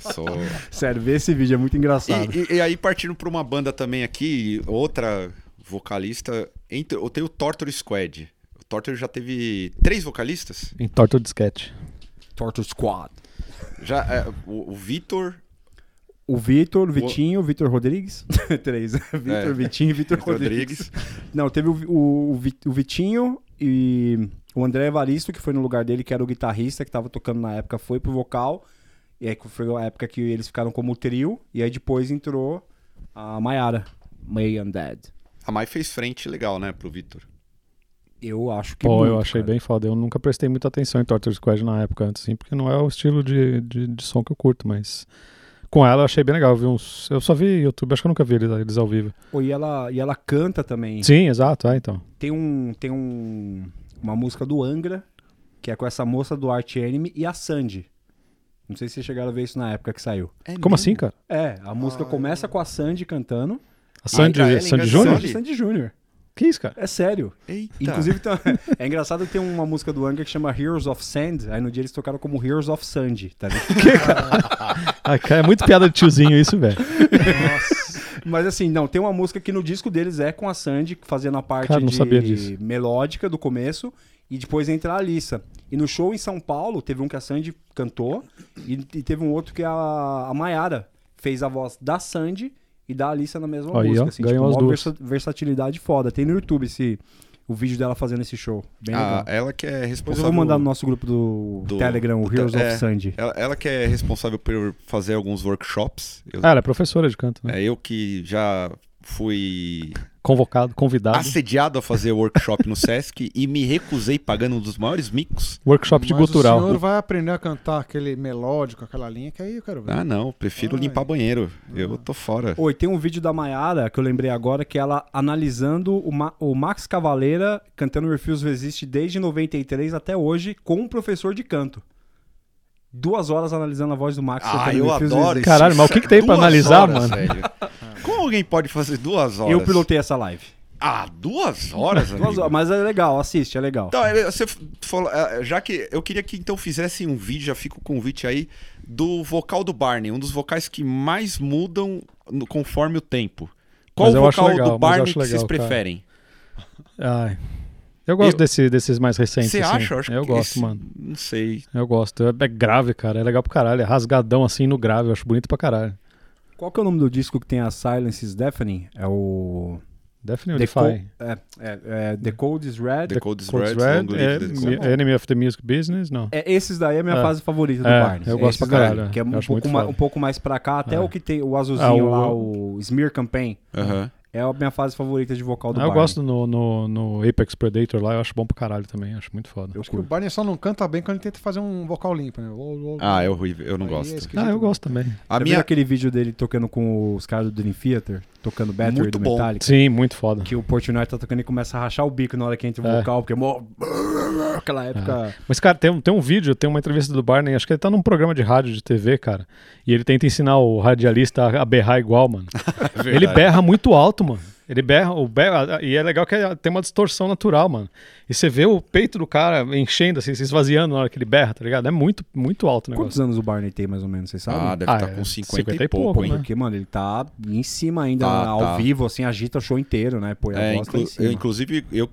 [SPEAKER 2] sou-
[SPEAKER 4] Sério, vê esse vídeo, é muito engraçado.
[SPEAKER 2] E, e- e aí, partindo pra uma banda também aqui, outra vocalista. Entre, eu tenho o Torture Squad. O Torture já teve três vocalistas?
[SPEAKER 3] Entorta o disquete.
[SPEAKER 4] Torture Squad.
[SPEAKER 2] Já, é, o, o Vitor.
[SPEAKER 4] O Vitor, Vitinho, Vitor Rodrigues. Três. Vitor,
[SPEAKER 2] É.
[SPEAKER 4] Vitinho e Vitor
[SPEAKER 2] Vitor
[SPEAKER 4] Rodrigues.
[SPEAKER 2] Rodrigues.
[SPEAKER 4] Não, teve o, Vi- o, o Vi- o Vitinho e o André Evaristo, que foi no lugar dele, que era o guitarrista que tava tocando na época, foi pro vocal. E aí foi a época que eles ficaram como trio. E aí depois entrou a Mayara. May Undead.
[SPEAKER 2] A Mai fez frente legal, né, pro Vitor.
[SPEAKER 4] Eu acho que.
[SPEAKER 3] Pô,
[SPEAKER 4] muito,
[SPEAKER 3] eu achei
[SPEAKER 4] cara.
[SPEAKER 3] bem foda. Eu nunca prestei muita atenção em Torture Squad na época antes, assim, porque não é o estilo de, de, de som que eu curto, mas com ela eu achei bem legal. Eu, vi uns, eu só vi YouTube, acho que eu nunca vi eles, eles ao vivo.
[SPEAKER 4] Pô, e, ela, e ela canta também.
[SPEAKER 3] Sim, exato, é então.
[SPEAKER 4] Tem, um, tem um, uma música do Angra, que é com essa moça do Art Enemy e a Sandy. Não sei se vocês chegaram a ver isso na época que saiu.
[SPEAKER 2] Uhum.
[SPEAKER 3] Como assim, cara?
[SPEAKER 4] É, a música começa com a Sandy cantando.
[SPEAKER 3] A Sandy,
[SPEAKER 2] Ellen
[SPEAKER 3] Sandy
[SPEAKER 2] Garcia.
[SPEAKER 3] Júnior?
[SPEAKER 2] Sandy?
[SPEAKER 4] Sandy Júnior.
[SPEAKER 3] Que isso, cara?
[SPEAKER 4] É sério.
[SPEAKER 2] Eita.
[SPEAKER 4] Inclusive, tem uma- é engraçado que tem uma música do Angra que chama Heroes of Sand. Aí no dia eles tocaram como Heroes of Sandy, tá ligado?
[SPEAKER 3] Ah, cara, é muito piada de tiozinho isso, velho.
[SPEAKER 4] Mas assim, não, tem uma música que no disco deles é com a Sandy fazendo a parte
[SPEAKER 3] Cara, não
[SPEAKER 4] de
[SPEAKER 3] sabia disso.
[SPEAKER 4] melódica do começo e depois entra a Alissa. E no show em São Paulo teve um que a Sandy cantou e, e teve um outro que a, a Mayara fez a voz da Sandy e da Alissa na mesma
[SPEAKER 3] Aí,
[SPEAKER 4] música.
[SPEAKER 3] ó,
[SPEAKER 4] assim,
[SPEAKER 3] ganhou
[SPEAKER 4] tipo,
[SPEAKER 3] as
[SPEAKER 4] mó
[SPEAKER 3] duas.
[SPEAKER 4] versatilidade foda. Tem no YouTube esse, o vídeo dela fazendo esse show. Bem
[SPEAKER 2] Ah,
[SPEAKER 4] legal.
[SPEAKER 2] ela que é
[SPEAKER 4] Depois eu
[SPEAKER 2] responsável.
[SPEAKER 4] vou mandar no nosso grupo do,
[SPEAKER 2] do-
[SPEAKER 4] Telegram, o
[SPEAKER 2] do-
[SPEAKER 4] Heroes
[SPEAKER 2] é.
[SPEAKER 4] of Sandy.
[SPEAKER 2] Ela, ela que é responsável por fazer alguns workshops. Eu-
[SPEAKER 3] Ah, ela é professora de canto, né?
[SPEAKER 2] é eu que já fui
[SPEAKER 3] Convocado, convidado.
[SPEAKER 2] assediado a fazer workshop no Sesc e me recusei pagando um dos maiores micos.
[SPEAKER 3] Workshop de
[SPEAKER 5] Mas
[SPEAKER 3] gutural.
[SPEAKER 5] O senhor vai aprender a cantar aquele melódico, aquela linha, que aí eu quero ver.
[SPEAKER 2] Ah, não, prefiro
[SPEAKER 5] Ai.
[SPEAKER 2] limpar banheiro. Eu tô fora.
[SPEAKER 4] Oi, tem um vídeo da Mayara que eu lembrei agora que é ela analisando o, Ma- o Max Cavaleira cantando Refuse Resist desde 93 até hoje com um professor de canto. Duas horas analisando a voz do Max.
[SPEAKER 2] Ah,
[SPEAKER 4] cantando
[SPEAKER 2] eu
[SPEAKER 4] Refuse
[SPEAKER 2] adoro
[SPEAKER 4] Resist.
[SPEAKER 2] isso.
[SPEAKER 3] Caralho, mas o que que tem pra
[SPEAKER 2] Duas
[SPEAKER 3] analisar, mano?
[SPEAKER 2] horas, velho. Como alguém pode fazer duas horas?
[SPEAKER 4] Eu pilotei essa live.
[SPEAKER 2] Ah, duas horas,
[SPEAKER 4] Duas
[SPEAKER 2] amigo?
[SPEAKER 4] horas, mas é legal, assiste, é legal.
[SPEAKER 2] Então, é, você falou, é, já que eu queria que então fizessem um vídeo, já fica o convite aí, do vocal do Barney, um dos vocais que mais mudam no- conforme o tempo. Qual
[SPEAKER 3] Mas eu
[SPEAKER 2] o
[SPEAKER 3] acho
[SPEAKER 2] vocal
[SPEAKER 3] legal, mas
[SPEAKER 2] do
[SPEAKER 3] eu
[SPEAKER 2] Barney
[SPEAKER 3] acho
[SPEAKER 2] que vocês
[SPEAKER 3] legal, cara.
[SPEAKER 2] preferem?
[SPEAKER 3] Ai. Eu gosto
[SPEAKER 2] Eu-
[SPEAKER 3] desse- desses mais recentes.
[SPEAKER 2] Você
[SPEAKER 3] assim.
[SPEAKER 2] acha? acho
[SPEAKER 3] eu
[SPEAKER 2] que
[SPEAKER 3] gosto,
[SPEAKER 2] esse-
[SPEAKER 3] mano.
[SPEAKER 2] Não sei.
[SPEAKER 3] Eu gosto. É é grave, cara. É legal pra caralho. É rasgadão assim no grave. Eu acho bonito pra caralho.
[SPEAKER 4] Qual que é o nome do disco que tem a Silence is Deafening? É o...
[SPEAKER 3] Definitely
[SPEAKER 4] The, Co é,
[SPEAKER 3] Defy.
[SPEAKER 4] é, é, The Cold is Red.
[SPEAKER 2] The Cold is
[SPEAKER 3] Cold
[SPEAKER 2] Red,
[SPEAKER 3] Red,
[SPEAKER 2] Long
[SPEAKER 3] é,
[SPEAKER 2] Live the
[SPEAKER 3] Mi-
[SPEAKER 2] Cold.
[SPEAKER 3] Enemy of the Music Business, não.
[SPEAKER 4] É, esses daí é a minha
[SPEAKER 3] É.
[SPEAKER 4] fase favorita do
[SPEAKER 3] É,
[SPEAKER 4] Barnes.
[SPEAKER 3] eu
[SPEAKER 4] É
[SPEAKER 3] gosto
[SPEAKER 4] esses
[SPEAKER 3] pra caralho,
[SPEAKER 4] daí,
[SPEAKER 3] é.
[SPEAKER 4] Que é um
[SPEAKER 3] Eu acho
[SPEAKER 4] pouco,
[SPEAKER 3] muito
[SPEAKER 4] ma-
[SPEAKER 3] foda.
[SPEAKER 4] um pouco mais pra cá, até
[SPEAKER 3] É.
[SPEAKER 4] o que tem o azulzinho
[SPEAKER 3] Ah, o-
[SPEAKER 4] lá, o Smear Campaign.
[SPEAKER 2] Aham.
[SPEAKER 4] É a minha fase favorita de vocal do
[SPEAKER 3] Ah, eu
[SPEAKER 4] Barney.
[SPEAKER 3] gosto no, no, no Apex Predator lá, eu acho bom pra caralho também, acho muito foda.
[SPEAKER 4] Eu
[SPEAKER 5] Acho que o
[SPEAKER 4] curto.
[SPEAKER 5] Barney só não canta bem quando ele tenta fazer um vocal limpo, né? Aí
[SPEAKER 2] Ah, é horrível, eu não
[SPEAKER 5] é
[SPEAKER 2] gosto.
[SPEAKER 5] esquisito,
[SPEAKER 3] Ah, eu
[SPEAKER 5] né?
[SPEAKER 3] gosto também.
[SPEAKER 2] A
[SPEAKER 4] Você viu
[SPEAKER 2] minha...
[SPEAKER 4] aquele vídeo dele tocando com os caras do Dream Theater, tocando Battery
[SPEAKER 2] Muito
[SPEAKER 4] do
[SPEAKER 2] bom.
[SPEAKER 4] Metallica?
[SPEAKER 3] Sim, muito foda.
[SPEAKER 4] Que o Portnoy tá tocando e começa a rachar o bico na hora que entra o
[SPEAKER 3] É.
[SPEAKER 4] vocal, porque é mó... Aquela época...
[SPEAKER 3] Mas, cara, tem, um- tem um vídeo, tem uma entrevista do Barney, acho que ele tá num programa de rádio, de TV, cara, e ele tenta ensinar o radialista a- a berrar igual, mano. Ele
[SPEAKER 2] É Verdade.
[SPEAKER 3] berra muito alto, mano. Ele berra, o berra, e é legal que tem uma distorção natural, mano. E você vê o peito do cara enchendo, assim, se esvaziando na hora que ele berra, tá ligado? É muito, muito alto o negócio.
[SPEAKER 4] Quantos anos o Barney tem, mais ou menos, vocês sabem?
[SPEAKER 2] Ah, deve
[SPEAKER 3] Ah,
[SPEAKER 2] estar
[SPEAKER 3] é,
[SPEAKER 2] com 50,
[SPEAKER 3] 50
[SPEAKER 2] e pouco, hein?
[SPEAKER 3] né?
[SPEAKER 4] Porque, mano, ele tá em cima ainda,
[SPEAKER 2] Tá,
[SPEAKER 4] ao
[SPEAKER 2] tá.
[SPEAKER 4] vivo, assim, agita o show inteiro, né? Pô, e a
[SPEAKER 2] É,
[SPEAKER 4] voz tá em
[SPEAKER 2] inclu-
[SPEAKER 4] cima.
[SPEAKER 2] eu, inclusive, eu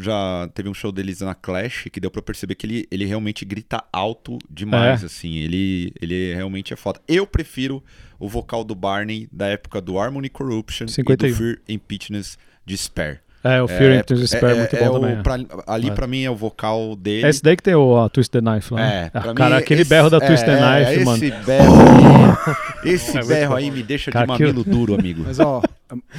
[SPEAKER 2] já teve um show deles na Clash que deu pra perceber que ele, ele realmente grita alto demais,
[SPEAKER 3] É.
[SPEAKER 2] assim. Ele, ele realmente é foda. Eu prefiro o vocal do Barney da época do Harmony Corruption e
[SPEAKER 3] 51.
[SPEAKER 2] do Fear and Pitness Despair.
[SPEAKER 3] É, um. o Fear and
[SPEAKER 2] é,
[SPEAKER 3] Despair é, muito
[SPEAKER 2] é
[SPEAKER 3] bom
[SPEAKER 2] o-
[SPEAKER 3] também. é.
[SPEAKER 2] pra- ali
[SPEAKER 3] É.
[SPEAKER 2] pra mim é o vocal dele. É,
[SPEAKER 3] É esse daí que tem o a Twist the Knife lá. né?
[SPEAKER 2] pra
[SPEAKER 3] Ah,
[SPEAKER 2] mim,
[SPEAKER 3] cara, aquele
[SPEAKER 2] esse-
[SPEAKER 3] berro da
[SPEAKER 2] é,
[SPEAKER 3] Twist the
[SPEAKER 2] é,
[SPEAKER 3] Knife, mano. É
[SPEAKER 2] Esse berro, aí- esse berro aí me deixa
[SPEAKER 3] Cara,
[SPEAKER 2] de
[SPEAKER 3] aquilo-
[SPEAKER 2] mamilo duro, amigo.
[SPEAKER 5] Mas ó,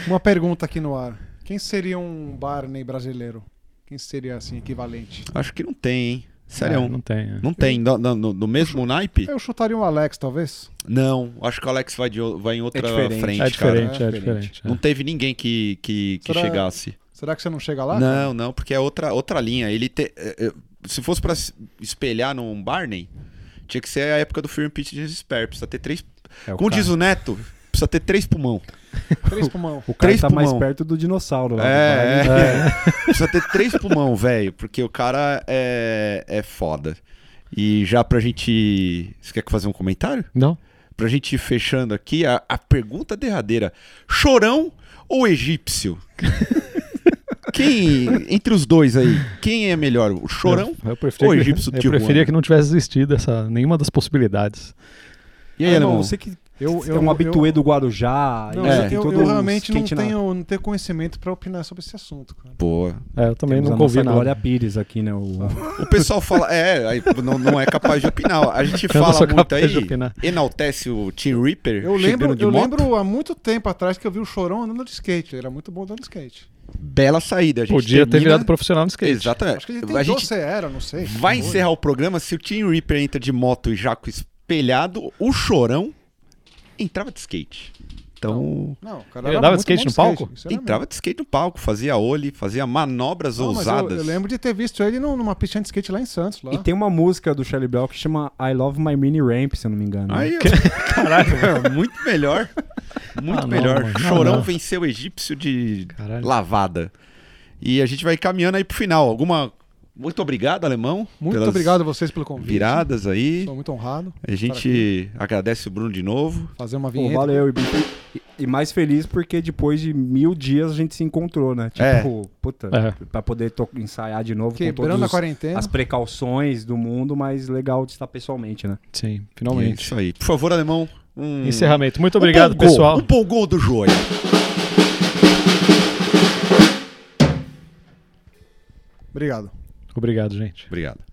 [SPEAKER 5] uma pergunta aqui no ar. Quem seria um Barney brasileiro? Quem seria assim, equivalente?
[SPEAKER 2] Acho que não tem, hein?
[SPEAKER 3] É,
[SPEAKER 2] Sério,
[SPEAKER 3] não tem. é.
[SPEAKER 2] um- não tem. No, no- no- no mesmo naipe?
[SPEAKER 5] Eu chutaria um Alex, talvez.
[SPEAKER 2] Não, acho que o Alex vai, de o- vai em outra
[SPEAKER 4] diferente.
[SPEAKER 2] frente,
[SPEAKER 3] É
[SPEAKER 2] cara.
[SPEAKER 3] diferente, é diferente. é.
[SPEAKER 2] Não teve ninguém que, que, que
[SPEAKER 5] Será-
[SPEAKER 2] chegasse.
[SPEAKER 5] Será que você não chega lá?
[SPEAKER 2] não, não, porque é outra, outra linha. Ele te- é, é, se fosse pra se espelhar num Barney, tinha que ser a época do Firm Pitch de Despair. Precisa ter três.
[SPEAKER 4] É, o
[SPEAKER 2] Como
[SPEAKER 4] cara-
[SPEAKER 2] diz o Neto, precisa ter três pulmão.
[SPEAKER 5] Três pulmão.
[SPEAKER 4] O cara
[SPEAKER 2] Três
[SPEAKER 4] tá mais
[SPEAKER 2] pulmão.
[SPEAKER 4] perto do dinossauro lá.
[SPEAKER 2] É,
[SPEAKER 4] do Barney.
[SPEAKER 2] é. Precisa ter três pulmão, velho, porque o cara é, é foda. E já pra gente. Você quer fazer um comentário?
[SPEAKER 3] Não?
[SPEAKER 2] Pra gente ir fechando aqui, a, a pergunta derradeira: chorão ou egípcio? quem, entre os dois aí, quem é melhor? O chorão?
[SPEAKER 3] Eu, eu preferia,
[SPEAKER 2] Ou
[SPEAKER 3] que,
[SPEAKER 2] egípcio de
[SPEAKER 3] eu preferia
[SPEAKER 2] Tijuana.
[SPEAKER 3] que não tivesse existido essa, nenhuma das possibilidades.
[SPEAKER 2] E aí,
[SPEAKER 4] Ah,
[SPEAKER 2] alemão?
[SPEAKER 4] irmão, você que
[SPEAKER 5] Então, Eu,
[SPEAKER 4] é um habitué do Guarujá.
[SPEAKER 5] Não,
[SPEAKER 2] É.
[SPEAKER 5] eu-
[SPEAKER 4] tem
[SPEAKER 5] eu,
[SPEAKER 4] todo
[SPEAKER 5] eu
[SPEAKER 4] um
[SPEAKER 5] realmente não
[SPEAKER 4] skate na-
[SPEAKER 5] tenho, não tenho conhecimento pra opinar sobre esse assunto, cara.
[SPEAKER 2] Pô.
[SPEAKER 3] É, eu também
[SPEAKER 4] Temos a
[SPEAKER 3] nunca ouvi
[SPEAKER 4] nossa
[SPEAKER 3] nada.
[SPEAKER 4] Glória Pires aqui, né? O...
[SPEAKER 2] O pessoal fala. É, aí não, não é capaz de opinar. A gente
[SPEAKER 3] Eu não
[SPEAKER 2] fala
[SPEAKER 3] sou
[SPEAKER 2] muito
[SPEAKER 3] capaz de
[SPEAKER 2] aí.
[SPEAKER 3] opinar.
[SPEAKER 2] Enaltece o Team Reaper.
[SPEAKER 5] Eu lembro,
[SPEAKER 2] chegando de
[SPEAKER 5] eu
[SPEAKER 2] moto.
[SPEAKER 5] lembro há muito tempo atrás que eu vi o Chorão andando de skate. Ele era muito bom andando de skate.
[SPEAKER 2] bela saída. A gente
[SPEAKER 3] Podia ter
[SPEAKER 2] termina-
[SPEAKER 3] virado profissional no skate.
[SPEAKER 2] Exatamente.
[SPEAKER 5] Acho que ele
[SPEAKER 2] É, a
[SPEAKER 5] tentou
[SPEAKER 2] gente
[SPEAKER 5] ser era, não sei.
[SPEAKER 2] vai
[SPEAKER 5] Foi.
[SPEAKER 2] encerrar o programa se o Team Reaper entra de moto e jaco espelhado, o Chorão entrava de skate. Então,
[SPEAKER 5] Não, o
[SPEAKER 3] Ele
[SPEAKER 5] cara era
[SPEAKER 3] andava
[SPEAKER 5] muito
[SPEAKER 3] de skate
[SPEAKER 5] bom
[SPEAKER 3] no palco?
[SPEAKER 5] isso era
[SPEAKER 2] entrava de skate no palco, fazia ollie, fazia manobras
[SPEAKER 5] mesmo. Não, mas eu-
[SPEAKER 2] ousadas.
[SPEAKER 5] Eu, lembro de ter visto ele num- numa pista de skate lá em Santos. Lá.
[SPEAKER 4] E tem uma música do Charlie Brown que chama I Love My Mini Ramp, se eu não me engano.
[SPEAKER 2] Aí, ó. caralho, muito melhor. Muito
[SPEAKER 3] Ah, não,
[SPEAKER 2] melhor.
[SPEAKER 3] mano, não,
[SPEAKER 2] Chorão
[SPEAKER 3] não.
[SPEAKER 2] venceu o egípcio de
[SPEAKER 3] Caralho.
[SPEAKER 2] lavada. E a gente vai caminhando aí pro final. Alguma. Muito obrigado, Alemão.
[SPEAKER 5] Muito
[SPEAKER 2] pelas
[SPEAKER 5] obrigado um a vocês pelo convite.
[SPEAKER 2] Viradas aí.
[SPEAKER 5] Estou muito honrado.
[SPEAKER 2] A gente agradece o Bruno de novo.
[SPEAKER 5] Fazer uma
[SPEAKER 4] Pô,
[SPEAKER 5] vinheta.
[SPEAKER 4] valeu, e, e- e mais feliz porque depois de mil dias a gente se encontrou, né? Tipo, puta,
[SPEAKER 3] É.
[SPEAKER 4] pra poder to- ensaiar de novo com
[SPEAKER 5] Quebrando
[SPEAKER 4] todas
[SPEAKER 5] a quarentena.
[SPEAKER 4] as precauções do mundo, mas legal de estar pessoalmente, né?
[SPEAKER 3] Sim,
[SPEAKER 2] E é
[SPEAKER 3] finalmente.
[SPEAKER 2] isso aí. Por favor, Alemão. Um...
[SPEAKER 3] Encerramento. Muito
[SPEAKER 2] um
[SPEAKER 3] obrigado,
[SPEAKER 2] bom gol,
[SPEAKER 3] pessoal.
[SPEAKER 2] Um bom gol do joelho.
[SPEAKER 5] Obrigado.
[SPEAKER 3] Obrigado, gente.
[SPEAKER 2] Obrigado.